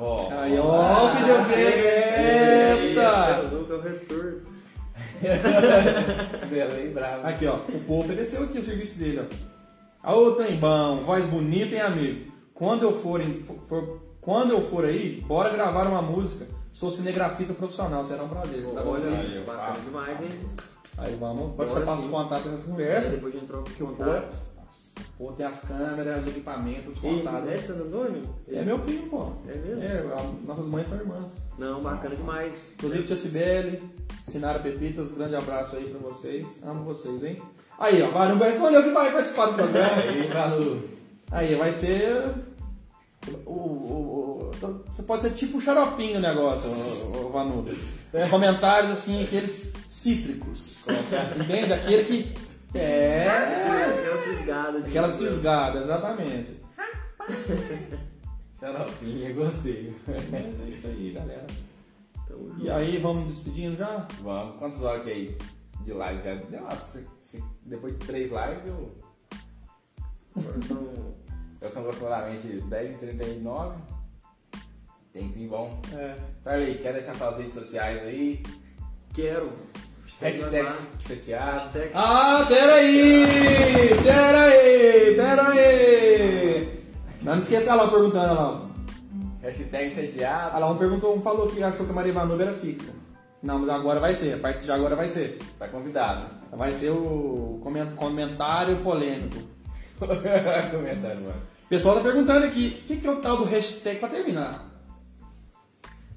S1: Ó.
S2: Aí,
S3: Ah,
S2: ó, o videoclipe.
S3: é
S2: Eita!
S3: Nunca é o retorno.
S1: Belém bravo.
S2: Aqui, ó. O povo ofereceu aqui o serviço dele, ó. Ah, Ô, Trembão, voz bonita, hein, amigo? Quando eu for, em- for- for- quando eu for aí, bora gravar uma música. Sou cinegrafista profissional, será um prazer. Tá bom?
S3: Olha,
S1: Aí, ó.
S3: bacana demais, hein?
S2: Aí vamos, pode
S3: Bora
S2: você passa os
S3: sim.
S2: contatos nessa
S3: Aí
S2: conversa.
S3: Depois a gente troca o
S2: Pô,
S3: contato.
S2: Pô, tem as câmeras, os equipamentos, os
S3: E
S2: contatos.
S3: é de Santo Antônio?
S2: É meu primo, pô.
S3: É mesmo?
S2: É, a- nossas mães são irmãs.
S3: Não, bacana demais.
S2: Inclusive, Tia Cibele, Sinara Pepitas, grande abraço aí pra vocês. Amo vocês, hein? Aí, ó, vai, não vai responder que vai participar do programa.
S1: Aí, Valu.
S2: Aí, vai ser. o- o- o- então, você pode ser tipo um xaropinho o negócio, o, o Vanudo. Os comentários, assim, aqueles cítricos. Entende? Aquele que. É.
S3: Aquelas fisgadas. de-
S2: Aquelas fisgadas, exatamente.
S1: Xaropinha, gostei.
S2: É isso aí, galera.
S3: Tamo junto.
S2: E aí, vamos despedindo já?
S1: Vamos, quantas horas que é aí de live já? Deu umas cin- cin- depois de três lives, eu,
S3: Agora são-
S1: eu sou aproximadamente 10h39. Tempinho bom.
S2: É.
S1: Tarley, quer deixar suas redes sociais aí?
S3: Quero. Segue lá.
S1: Hashtag chateado.
S3: Hashtag
S2: Ah, peraí! Peraí! Peraí! Não, não esqueça lá, perguntando lá.
S1: Hashtag
S2: Ah,
S1: chateado.
S2: lá um perguntou, um falou que achou que a Maria Vanuba era fixa. Não, mas agora vai ser, a partir de agora vai ser.
S1: Tá convidado.
S2: Vai ser o comen- comentário polêmico.
S1: Comentário, mano.
S2: O pessoal tá perguntando aqui, o que, que é o tal do hashtag pra terminar?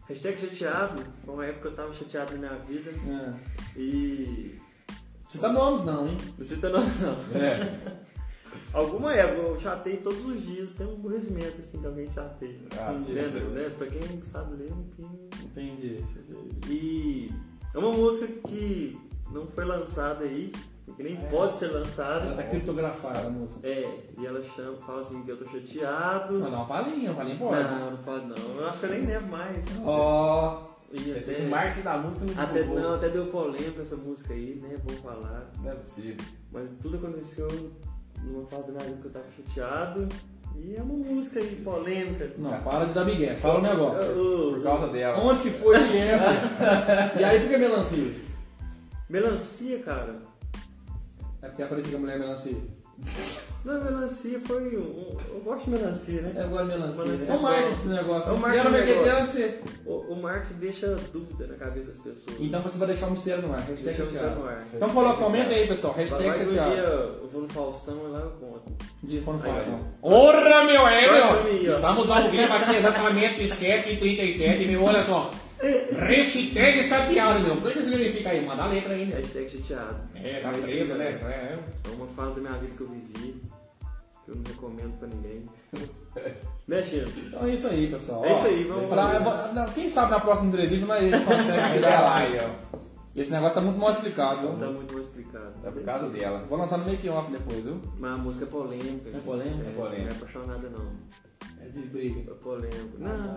S3: Hashtag chateado, foi uma época que eu tava chateado na minha vida
S2: É.
S3: e.
S2: Cita nomes não, hein?
S3: Não cita não, não.
S1: É.
S3: Alguma época eu chatei todos os dias, tem um aborrecimento assim que alguém chateia.
S1: Ah,
S3: Lembra,
S1: entendi.
S3: né? Pra quem não sabe ler, um pinho.
S2: Entendi.
S3: E é uma música que não foi lançada aí, que nem
S2: É.
S3: pode ser
S2: Ela tá
S3: lançada.
S2: criptografada a música.
S3: É, e ela chama, fala assim que eu tô chateado.
S2: Não, dá uma palhinha, uma palhinha boa.
S3: não, não fala não. Eu acho que eu nem lembro mais.
S2: Ó,
S3: E
S1: Você
S3: até.
S1: fez marketing da música no
S3: Até,
S1: Google.
S3: não, até deu polêmica essa música aí, né? Vou falar.
S1: Não é possível.
S3: Mas tudo aconteceu numa fase da minha vida que eu tava chateado. E é uma música aí polêmica.
S2: não, para de dar migué, fala o negócio.
S3: O-
S1: Por causa dela.
S2: Onde que foi que entra? e aí por que melancia?
S3: Melancia, cara.
S2: É porque apareceu que a mulher é melancia.
S3: Não, melancia foi um. um- Eu gosto de melancia, né?
S2: É agora melancia.
S3: Melancia
S2: É o marketing do negócio.
S3: É o
S2: Você
S3: marketing
S2: não vai
S3: do
S2: querer
S3: negócio.
S2: onde você-
S3: O, o marketing deixa dúvida na cabeça das pessoas.
S2: Então você vai deixar o mistério no ar. Hashtag
S3: deixa eu estar
S2: chateado.
S3: no ar.
S2: Então coloca, comenta aí, pessoal.
S3: Vai
S2: Hashtag
S3: vai que um dia
S2: chateado.
S3: eu vou no Faustão e lá eu conto.
S2: De então. Fono
S3: Aí,
S2: Faustão. Ora, meu
S3: Próximo aí, ó.
S2: Hélio! Estamos ao vivo aqui exatamente 7h37, meu. Olha só. Hashtag chateado, meu. O que que significa aí? Manda a letra aí, meu.
S3: Hashtag chateado.
S2: É, tá preso, né? É, é.
S3: É uma fase da minha vida que eu vivi, que eu não recomendo pra ninguém. né, Chico?
S2: Então é isso aí, pessoal.
S3: É isso
S2: Ó,
S3: aí, vamos-
S2: pra- na- Quem sabe na próxima entrevista nós conseguimos chegar lá.
S1: aí, ó.
S2: E esse negócio tá muito mal explicado, viu?
S3: Tá muito mais explicado.
S1: É por causa dela.
S2: Vou lançar no make-off depois, viu?
S3: Mas a música é polêmica.
S2: É polêmica?
S3: É,
S1: É polêmica.
S3: Não é apaixonada, não.
S2: É de briga.
S3: É polêmica. Não,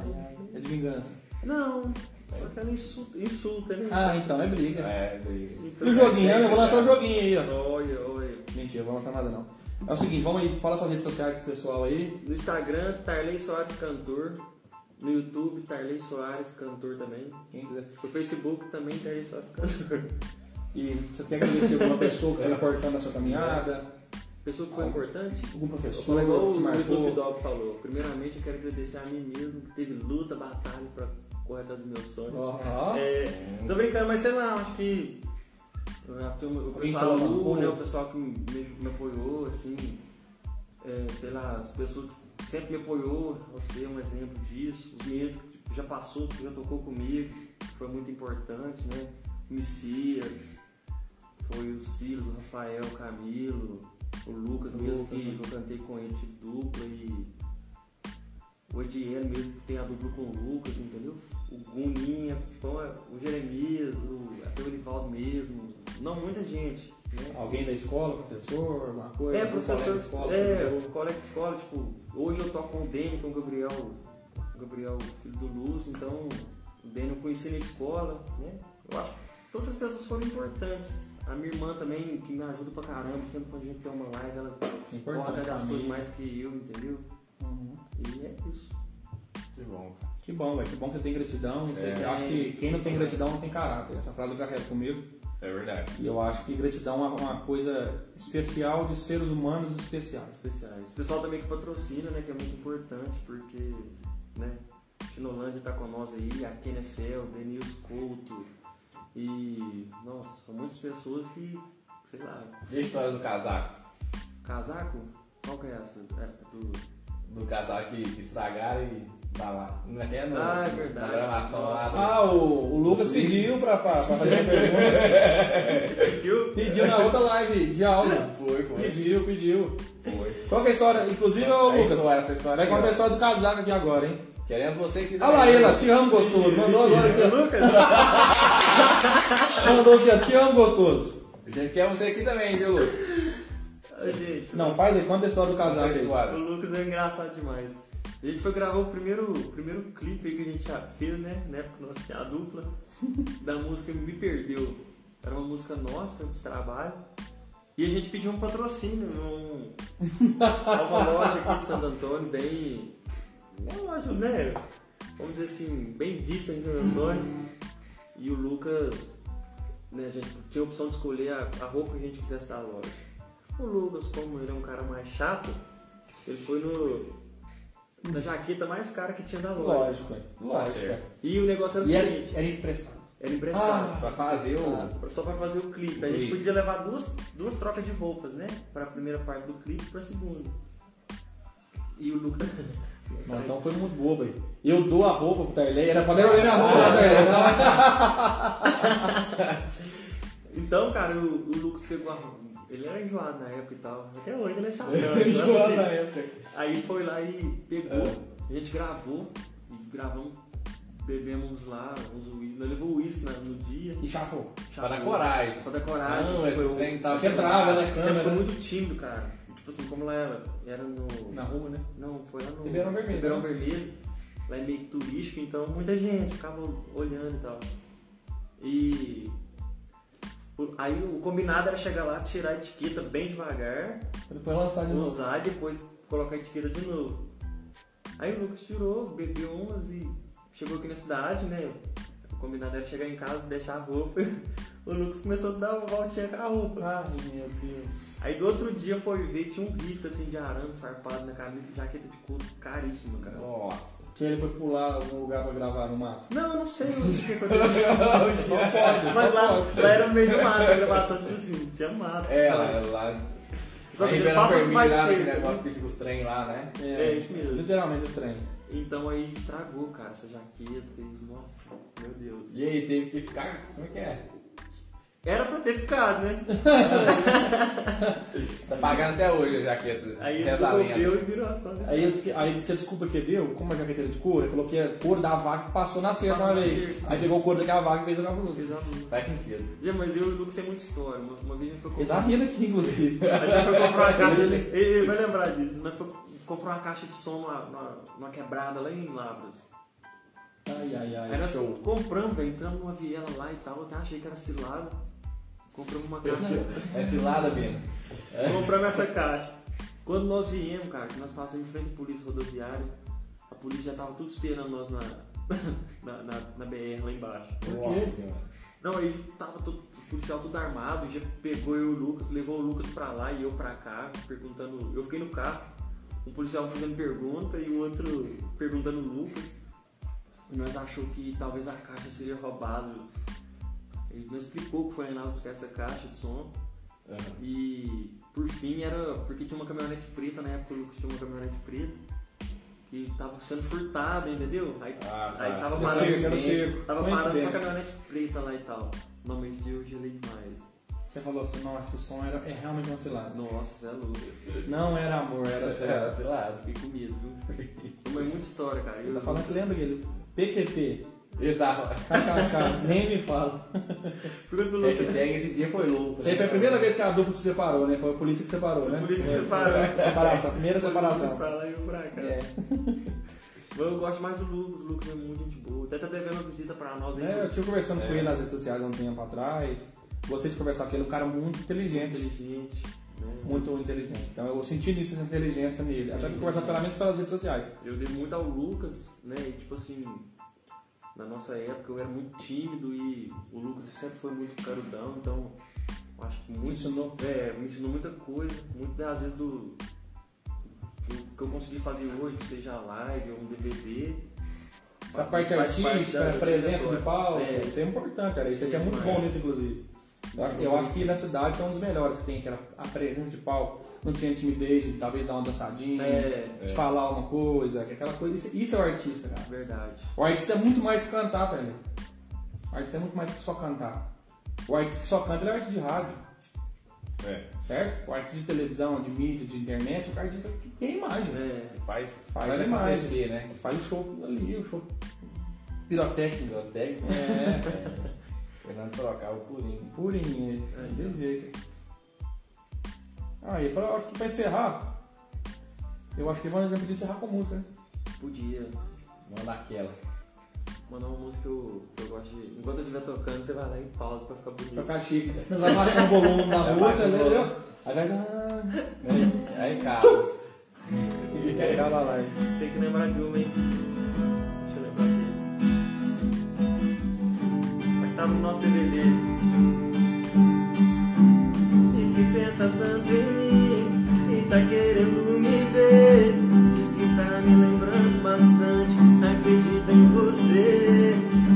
S2: É de vingança.
S3: não. Só que ela insulta, insulta né? Então,
S2: Ah, então é briga.
S1: É, daí.
S2: E o joguinho, eu vou lançar o joguinho aí, ó.
S3: Olha, olha.
S2: Mentira, eu vou lançar nada não. É o seguinte, vamos aí, fala suas redes sociais pro pessoal aí.
S3: No Instagram, Tarley Soares Cantor. No YouTube, Tarley Soares Cantor também.
S2: Quem quiser.
S3: No Facebook também, Tarley Soares Cantor.
S2: E você quer agradecer alguma pessoa que
S3: É.
S2: foi importante na sua caminhada?
S3: Pessoa que foi importante?
S2: Algum
S3: Eu falo
S2: professor
S3: igual
S2: que te
S3: o Snoop
S2: marcou?
S3: Dogg falou. Primeiramente, eu quero agradecer a mim mesmo, que teve luta, batalha pra correr atrás dos meus sonhos.
S2: Aham.
S3: É, tô brincando, mas sei lá, acho que a turma- o
S2: Alguém
S3: pessoal
S2: falou alguma
S3: Lu, né,
S2: coisa?
S3: o pessoal que me, me apoiou, assim, é, sei lá, as pessoas que sempre me apoiou, você é um exemplo disso, os meninos que tipo, já passou, que já tocou comigo, foi muito importante, né? O Messias, foi o Silas, o Rafael, o Camilo, o Lucas
S2: O
S3: mesmo
S2: Lucas,
S3: que
S2: né?
S3: eu cantei com ele de dupla e o Ediel mesmo que tem a dupla com o Lucas, entendeu? O Guninha, o Jeremias, o, até o Edivaldo mesmo, não muita gente, né?
S2: Alguém da escola, professor, uma coisa?
S3: É,
S2: um colega
S3: professor.
S2: da escola,
S3: é,
S2: professor.
S3: colega de escola, tipo, hoje eu toco com o Dani, com o Gabriel, o Gabriel, filho do Lúcio, então o Dani eu conheci na escola, né? Eu acho que todas as pessoas foram importantes. A minha irmã também, que me ajuda pra caramba, sempre quando a gente tem uma live, ela
S2: Isso é importante.
S3: corre das
S2: também.
S3: coisas mais que eu, entendeu?
S2: Uhum.
S3: E é isso.
S1: Que bom, cara.
S2: Que bom, velho. Que bom que você tem gratidão. Você-
S1: É.
S2: Eu acho que quem não tem gratidão não tem caráter. Essa frase eu carrego comigo.
S1: É verdade.
S2: E eu acho que gratidão é uma coisa especial de seres humanos especiais.
S3: especiais. O pessoal também que patrocina, né? Que é muito importante, porque, né? Chinolândia tá com nós aí, a Kenecel, Denils Couto e. Nossa, são muitas pessoas que, sei lá,
S1: E a história do casaco?
S3: casaco? Qual que é essa? É, do...
S1: Do casaco que, que estragaram e tá lá. Não é que é no,
S3: Ah, é verdade.
S1: Na gravação lá. do-
S2: Ah, o, o Lucas pediu pra, pra- pra fazer a pergunta.
S3: Viu?
S2: Pediu na outra live de aula.
S1: Foi, foi.
S2: Pediu, pediu.
S1: Foi.
S2: Qual que é a história? Inclusive, ô
S1: Essa
S2: Lucas,
S1: história, essa história
S2: vai
S1: aqui,
S2: contar a
S1: ó.
S2: história do casaco aqui agora, hein?
S1: Queremos você aqui
S2: Olha lá ela, te amo gostoso. Mandou agora
S3: Mentira.
S2: aqui,
S3: Lucas?
S2: ó. Mandou aqui, ó, te amo gostoso.
S1: A gente quer você aqui também, viu, Lucas?
S3: Ah, gente,
S2: Não, faz aí, conta a história do casaco
S1: Essa
S2: aí.
S1: história.
S3: o Lucas é engraçado demais. A gente foi gravar o primeiro, o primeiro clipe aí que a gente já fez, né? Na época que nós tinha a dupla, da música Me Perdeu. Era uma música nossa, de trabalho. E a gente pediu um patrocínio num, uma loja aqui de Santo Antônio, bem. Uma loja, né? Vamos dizer assim, bem vista em
S2: Uhum.
S3: Santo Antônio. E o Lucas, né, a gente tinha a opção de escolher a, a roupa que a gente quisesse da loja. O Lucas, como ele é um cara mais chato, ele foi no. Na jaqueta mais cara que tinha da loja.
S2: Lógico, hein? lógico.
S1: certo.
S3: E o negócio era o
S2: E é, Ah. era,
S3: seguinte,
S2: era emprestado.
S3: era emprestado.
S1: Pra fazer o.
S3: Só pra fazer o clipe. A
S1: Clipe.
S3: gente podia levar duas, duas trocas de roupas, né? Pra primeira parte do clipe e pra segunda. E o Lucas.
S2: Não, então foi muito bobo aí. Eu dou a roupa pro Tarley, era pra devolver minha roupa pra Tarley. né?
S3: Então, cara, o, o Lucas pegou a roupa. Ele era enjoado na época e tal. Até hoje ele é chato.
S2: Enjoado na época.
S3: Aí foi lá e pegou. A gente gravou. E gravamos. Bebemos lá uns uísques. Nós levou uísque na- no dia.
S2: E chapou.
S1: Pra dar coragem.
S3: Pra dar coragem.
S1: Não,
S3: foi
S1: esse
S3: o-
S1: trem tá tava.
S2: Você trava, né?
S3: Sempre
S2: Câmera.
S3: foi muito tímido, cara. Tipo assim, como lá era, era no.
S2: Na rua, né?
S3: Não, foi lá no.
S2: Ribeirão Vermelho,
S3: Ribeirão
S2: né?
S3: Vermelho. Lá é meio que turístico, então muita gente ficava olhando e tal. E. o- Aí o combinado era chegar lá, tirar a etiqueta bem devagar,
S2: Pra depois lançar de novo.
S3: usar e depois colocar a etiqueta de novo. Aí o Lucas tirou, bebeu umas e chegou aqui na cidade, né? O combinado era chegar em casa, deixar a roupa. O Lucas começou a dar uma voltinha com a roupa.
S2: Ai, meu Deus.
S3: Aí do outro dia foi ver, tinha um risco assim de arame farpado na camisa, jaqueta de couro caríssima, cara.
S1: Nossa.
S2: Que ele foi pular algum lugar pra gravar no mato.
S3: Não, eu não sei o que aconteceu.
S2: Só pode,
S3: Mas lá, lá era meio do mato, a gravação, tipo assim, tinha mato.
S1: É,
S3: cara.
S1: lá, lá.
S3: Só
S1: Aí
S3: que ele
S1: Ribeirão
S3: passa
S1: Vermelho
S3: mais
S1: lá, aquele
S3: cedo.
S1: negócio que fica os trem lá, né?
S3: É, isso mesmo.
S2: Literalmente o trem.
S3: Então aí estragou, cara, essa jaqueta e, nossa, meu Deus.
S1: E aí, teve que ficar. Como é que é?
S3: Era pra ter ficado, né?
S1: Tá pagando até hoje a jaqueta.
S3: Aí ele
S1: Reza a lenda.
S3: devolveu e virou as costas.
S2: Aí, eu- aí você desculpa que deu, como a jaqueteira de couro, ele falou que é couro da vaca que passou na cerca
S3: Passou
S2: uma
S3: na
S2: vez.
S3: cerca.
S2: Aí pegou o couro daquela vaca e fez uma blusa.
S3: Fez a blusa.
S1: Faz sentido.
S3: Gente, Mas eu e o Lucas tem muita história. Uma, uma vez a gente foi
S2: Ele tá
S3: comprar.
S2: rindo aqui, inclusive.
S3: A gente foi comprar uma caixa. Ele, ele vai lembrar disso. Nós foi comprar uma caixa de som numa, numa- numa quebrada lá em Lavras.
S2: Ai, ai, ai.
S3: Aí nós
S1: show.
S3: compramos, velho, entramos numa viela lá e tal, eu até achei que era cilada. Compramos uma caixa.
S1: É cilada, Bino.
S3: compramos essa caixa. Quando nós viemos, cara, que nós passamos em frente à polícia rodoviária, a polícia já tava tudo esperando nós na, na, na- na BR lá embaixo.
S1: Nossa senhora.
S3: Não, aí tava todo, o policial tudo armado, já pegou eu e o Lucas, levou o Lucas pra lá e eu pra cá, perguntando. Eu fiquei no carro, um policial fazendo pergunta e o outro perguntando o Lucas. E nós achou que talvez a né, é caixa seria roubada. Ele não explicou que foi lá buscar essa caixa de som.
S1: Aham.
S3: E por fim era porque tinha uma caminhonete preta, na época o Lucas tinha uma caminhonete preta que tava sendo furtada, entendeu? Aí,
S1: Ah,
S3: aí
S1: tá.
S3: tava
S1: Eu
S3: parando,
S1: sei, eu
S2: sei.
S3: tava
S2: Coincidência.
S3: parando só a caminhonete preta lá e tal. Não, mas esse dia eu gelei demais.
S2: Você falou assim, nossa, o som era, é realmente uma cilada.
S3: Nossa, você é louco.
S2: Não era amor, era
S1: É,
S2: cilada.
S1: sei lá.
S3: Fiquei com medo, viu? Tomei muita história, cara.
S2: Ele
S3: Eu,
S2: tá falando que lembra dele? PQP.
S1: Ele tá- tava.
S2: KKK, nem me fala.
S3: Primeiro que o Lucas.
S1: Hashtag esse dia foi louco. né?
S2: Essa aí foi a primeira vez que a dupla se separou, né? Foi a polícia que separou, né?
S3: Por isso que assim
S2: É,
S3: você parou.
S2: Separação, primeira
S3: Depois o Lucas
S2: separação.
S3: pra lá e eu pra cá.
S2: É.
S3: Mas eu gosto mais do Lucas, o Lucas é muito gente boa. Até tá devendo uma visita pra nós aí.
S2: Né, Eu
S3: Lucas.
S2: estive conversando
S1: É.
S2: com ele nas redes sociais há um tempo atrás. Gostei de conversar com ele, um cara muito inteligente.
S3: inteligente. Né?
S2: Muito inteligente. Então eu senti nisso essa inteligência nele. Até porque conversar pelo menos pelas redes sociais.
S3: Eu dei muito ao Lucas, né? E tipo assim, na nossa época eu era muito tímido e o Lucas sempre foi muito carudão, então eu acho que
S2: Me
S3: muito.
S2: ensinou.
S3: É, me ensinou muita coisa, muitas das vezes do. do que eu consegui fazer hoje, que seja a live ou um DVD.
S2: Essa parte
S3: Faz parte da-
S2: artística,
S3: da
S2: presença
S3: trajetória.
S2: de palco,
S3: É,
S2: isso é importante, cara. Isso aqui é
S3: Sim,
S2: muito
S3: demais.
S2: bom nisso, inclusive. Eu acho, eu acho que na cidade são um dos melhores que tem, que era a presença de palco. Não tinha timidez de talvez dar uma dançadinha,
S3: É,
S2: de falar uma coisa, que aquela coisa. Isso, isso é o artista, cara.
S3: verdade.
S2: O artista é muito mais que cantar, velho. O artista é muito mais que só cantar. O artista que só canta ele é o artista de rádio,
S1: É.
S2: certo? O artista de televisão, de mídia, de internet, é o artista que tem imagem.
S3: É,
S1: Faz,
S2: Faz
S1: faz,
S2: demais.
S1: acontecer, né?
S2: Ele faz o show ali, o show pirotécnico. É,
S1: Biblioteca. Fernando Sorocaba, o Purinho.
S2: Purinha,
S3: É.
S2: desse jeito. Ah, e pra, acho que pra encerrar, eu acho que vamos podia encerrar com música, né?
S3: podia.
S1: Manda aquela.
S3: Mandar uma música que eu, que eu gosto de. Enquanto eu estiver tocando, você vai lá e pausa pra ficar
S2: Pra
S3: bonito.
S2: ficar chique. Nós vai baixando o volume da
S1: Vai
S2: música,
S1: baixando o
S2: entendeu?
S1: volume.
S2: Aí vai. ah,
S1: Aí, cara.
S2: e aí ela lá.
S3: Tem que lembrar de uma, hein? Deixa eu lembrar dele. Como é que tava no nosso DVD? Diz que pensa tanto em mim e tá querendo me ver. Diz que tá me lembrando bastante, acredita em você.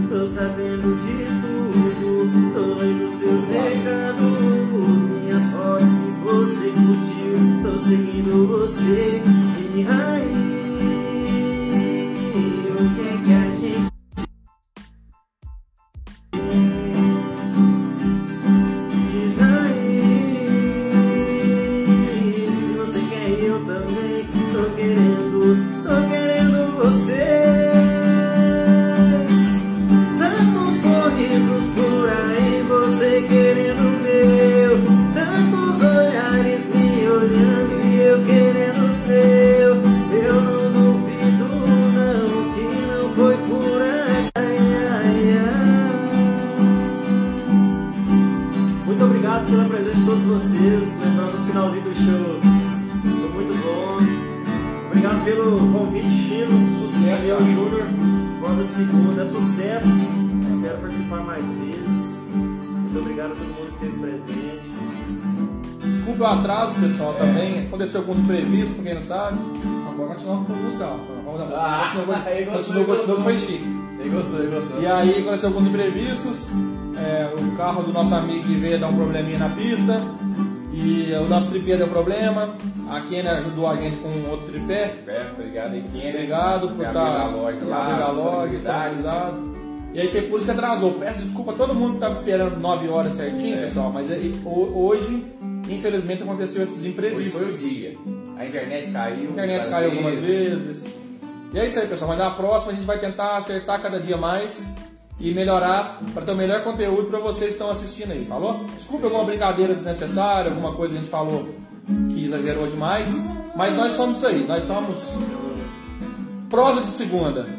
S3: Tô sabendo de tudo, tô lendo seus recados, minhas fotos que você curtiu. Tô seguindo você e aí, o que é que a gente Diz aí Se você quer eu também Tô querendo, tô querendo você Tantos sorrisos por aí, você querendo o meu. Tantos olhares me olhando e eu querendo o seu. Eu não duvido, não, que não foi por aí. ai, ai. Muito obrigado pela presença de todos vocês. Lembrando os finalzinho do show. Foi muito bom. Obrigado pelo convite, Chino.
S2: Sucesso,
S3: Daniel
S2: cara.
S3: Júnior. Rosa de Segunda, é sucesso. Espero participar mais vezes. Muito obrigado a todo mundo que esteve presente.
S2: Desculpa o atraso, pessoal, também. Aconteceu algum imprevisto, pra quem não sabe. Agora continuamos com o musical. Vamos lá.
S1: Ah,
S2: Continuou,
S1: aí
S2: continuou,
S1: gostou,
S2: continuou,
S1: gostou.
S2: foi chique.
S1: Ele gostou, ele gostou.
S2: E aí aconteceu alguns imprevistos. é, o carro do nosso amigo que veio dar um probleminha na pista. E o nosso tripé deu problema. A Kenia ajudou a gente com outro tripé.
S1: É, obrigado aí, Kenner.
S2: Obrigado por tá
S1: Gabriel Galog
S2: estar
S1: lá,
S2: Galog,
S1: disponibilidade.
S2: disponibilizado. tá E aí você por isso que atrasou. Peço desculpa a todo mundo que estava esperando 9 horas certinho,
S1: É.
S2: pessoal. Mas aí, ho- hoje, infelizmente, aconteceu esses
S1: Hoje
S2: imprevistos.
S1: foi o dia. A internet caiu.
S2: A internet caiu algumas vezes. E é isso aí, pessoal. Mas na próxima a gente vai tentar acertar cada dia mais e melhorar para ter o melhor conteúdo para vocês que estão assistindo aí, falou? Desculpe alguma brincadeira desnecessária, alguma coisa que a gente falou que exagerou demais. Mas nós somos isso aí. Nós somos prosa de segunda.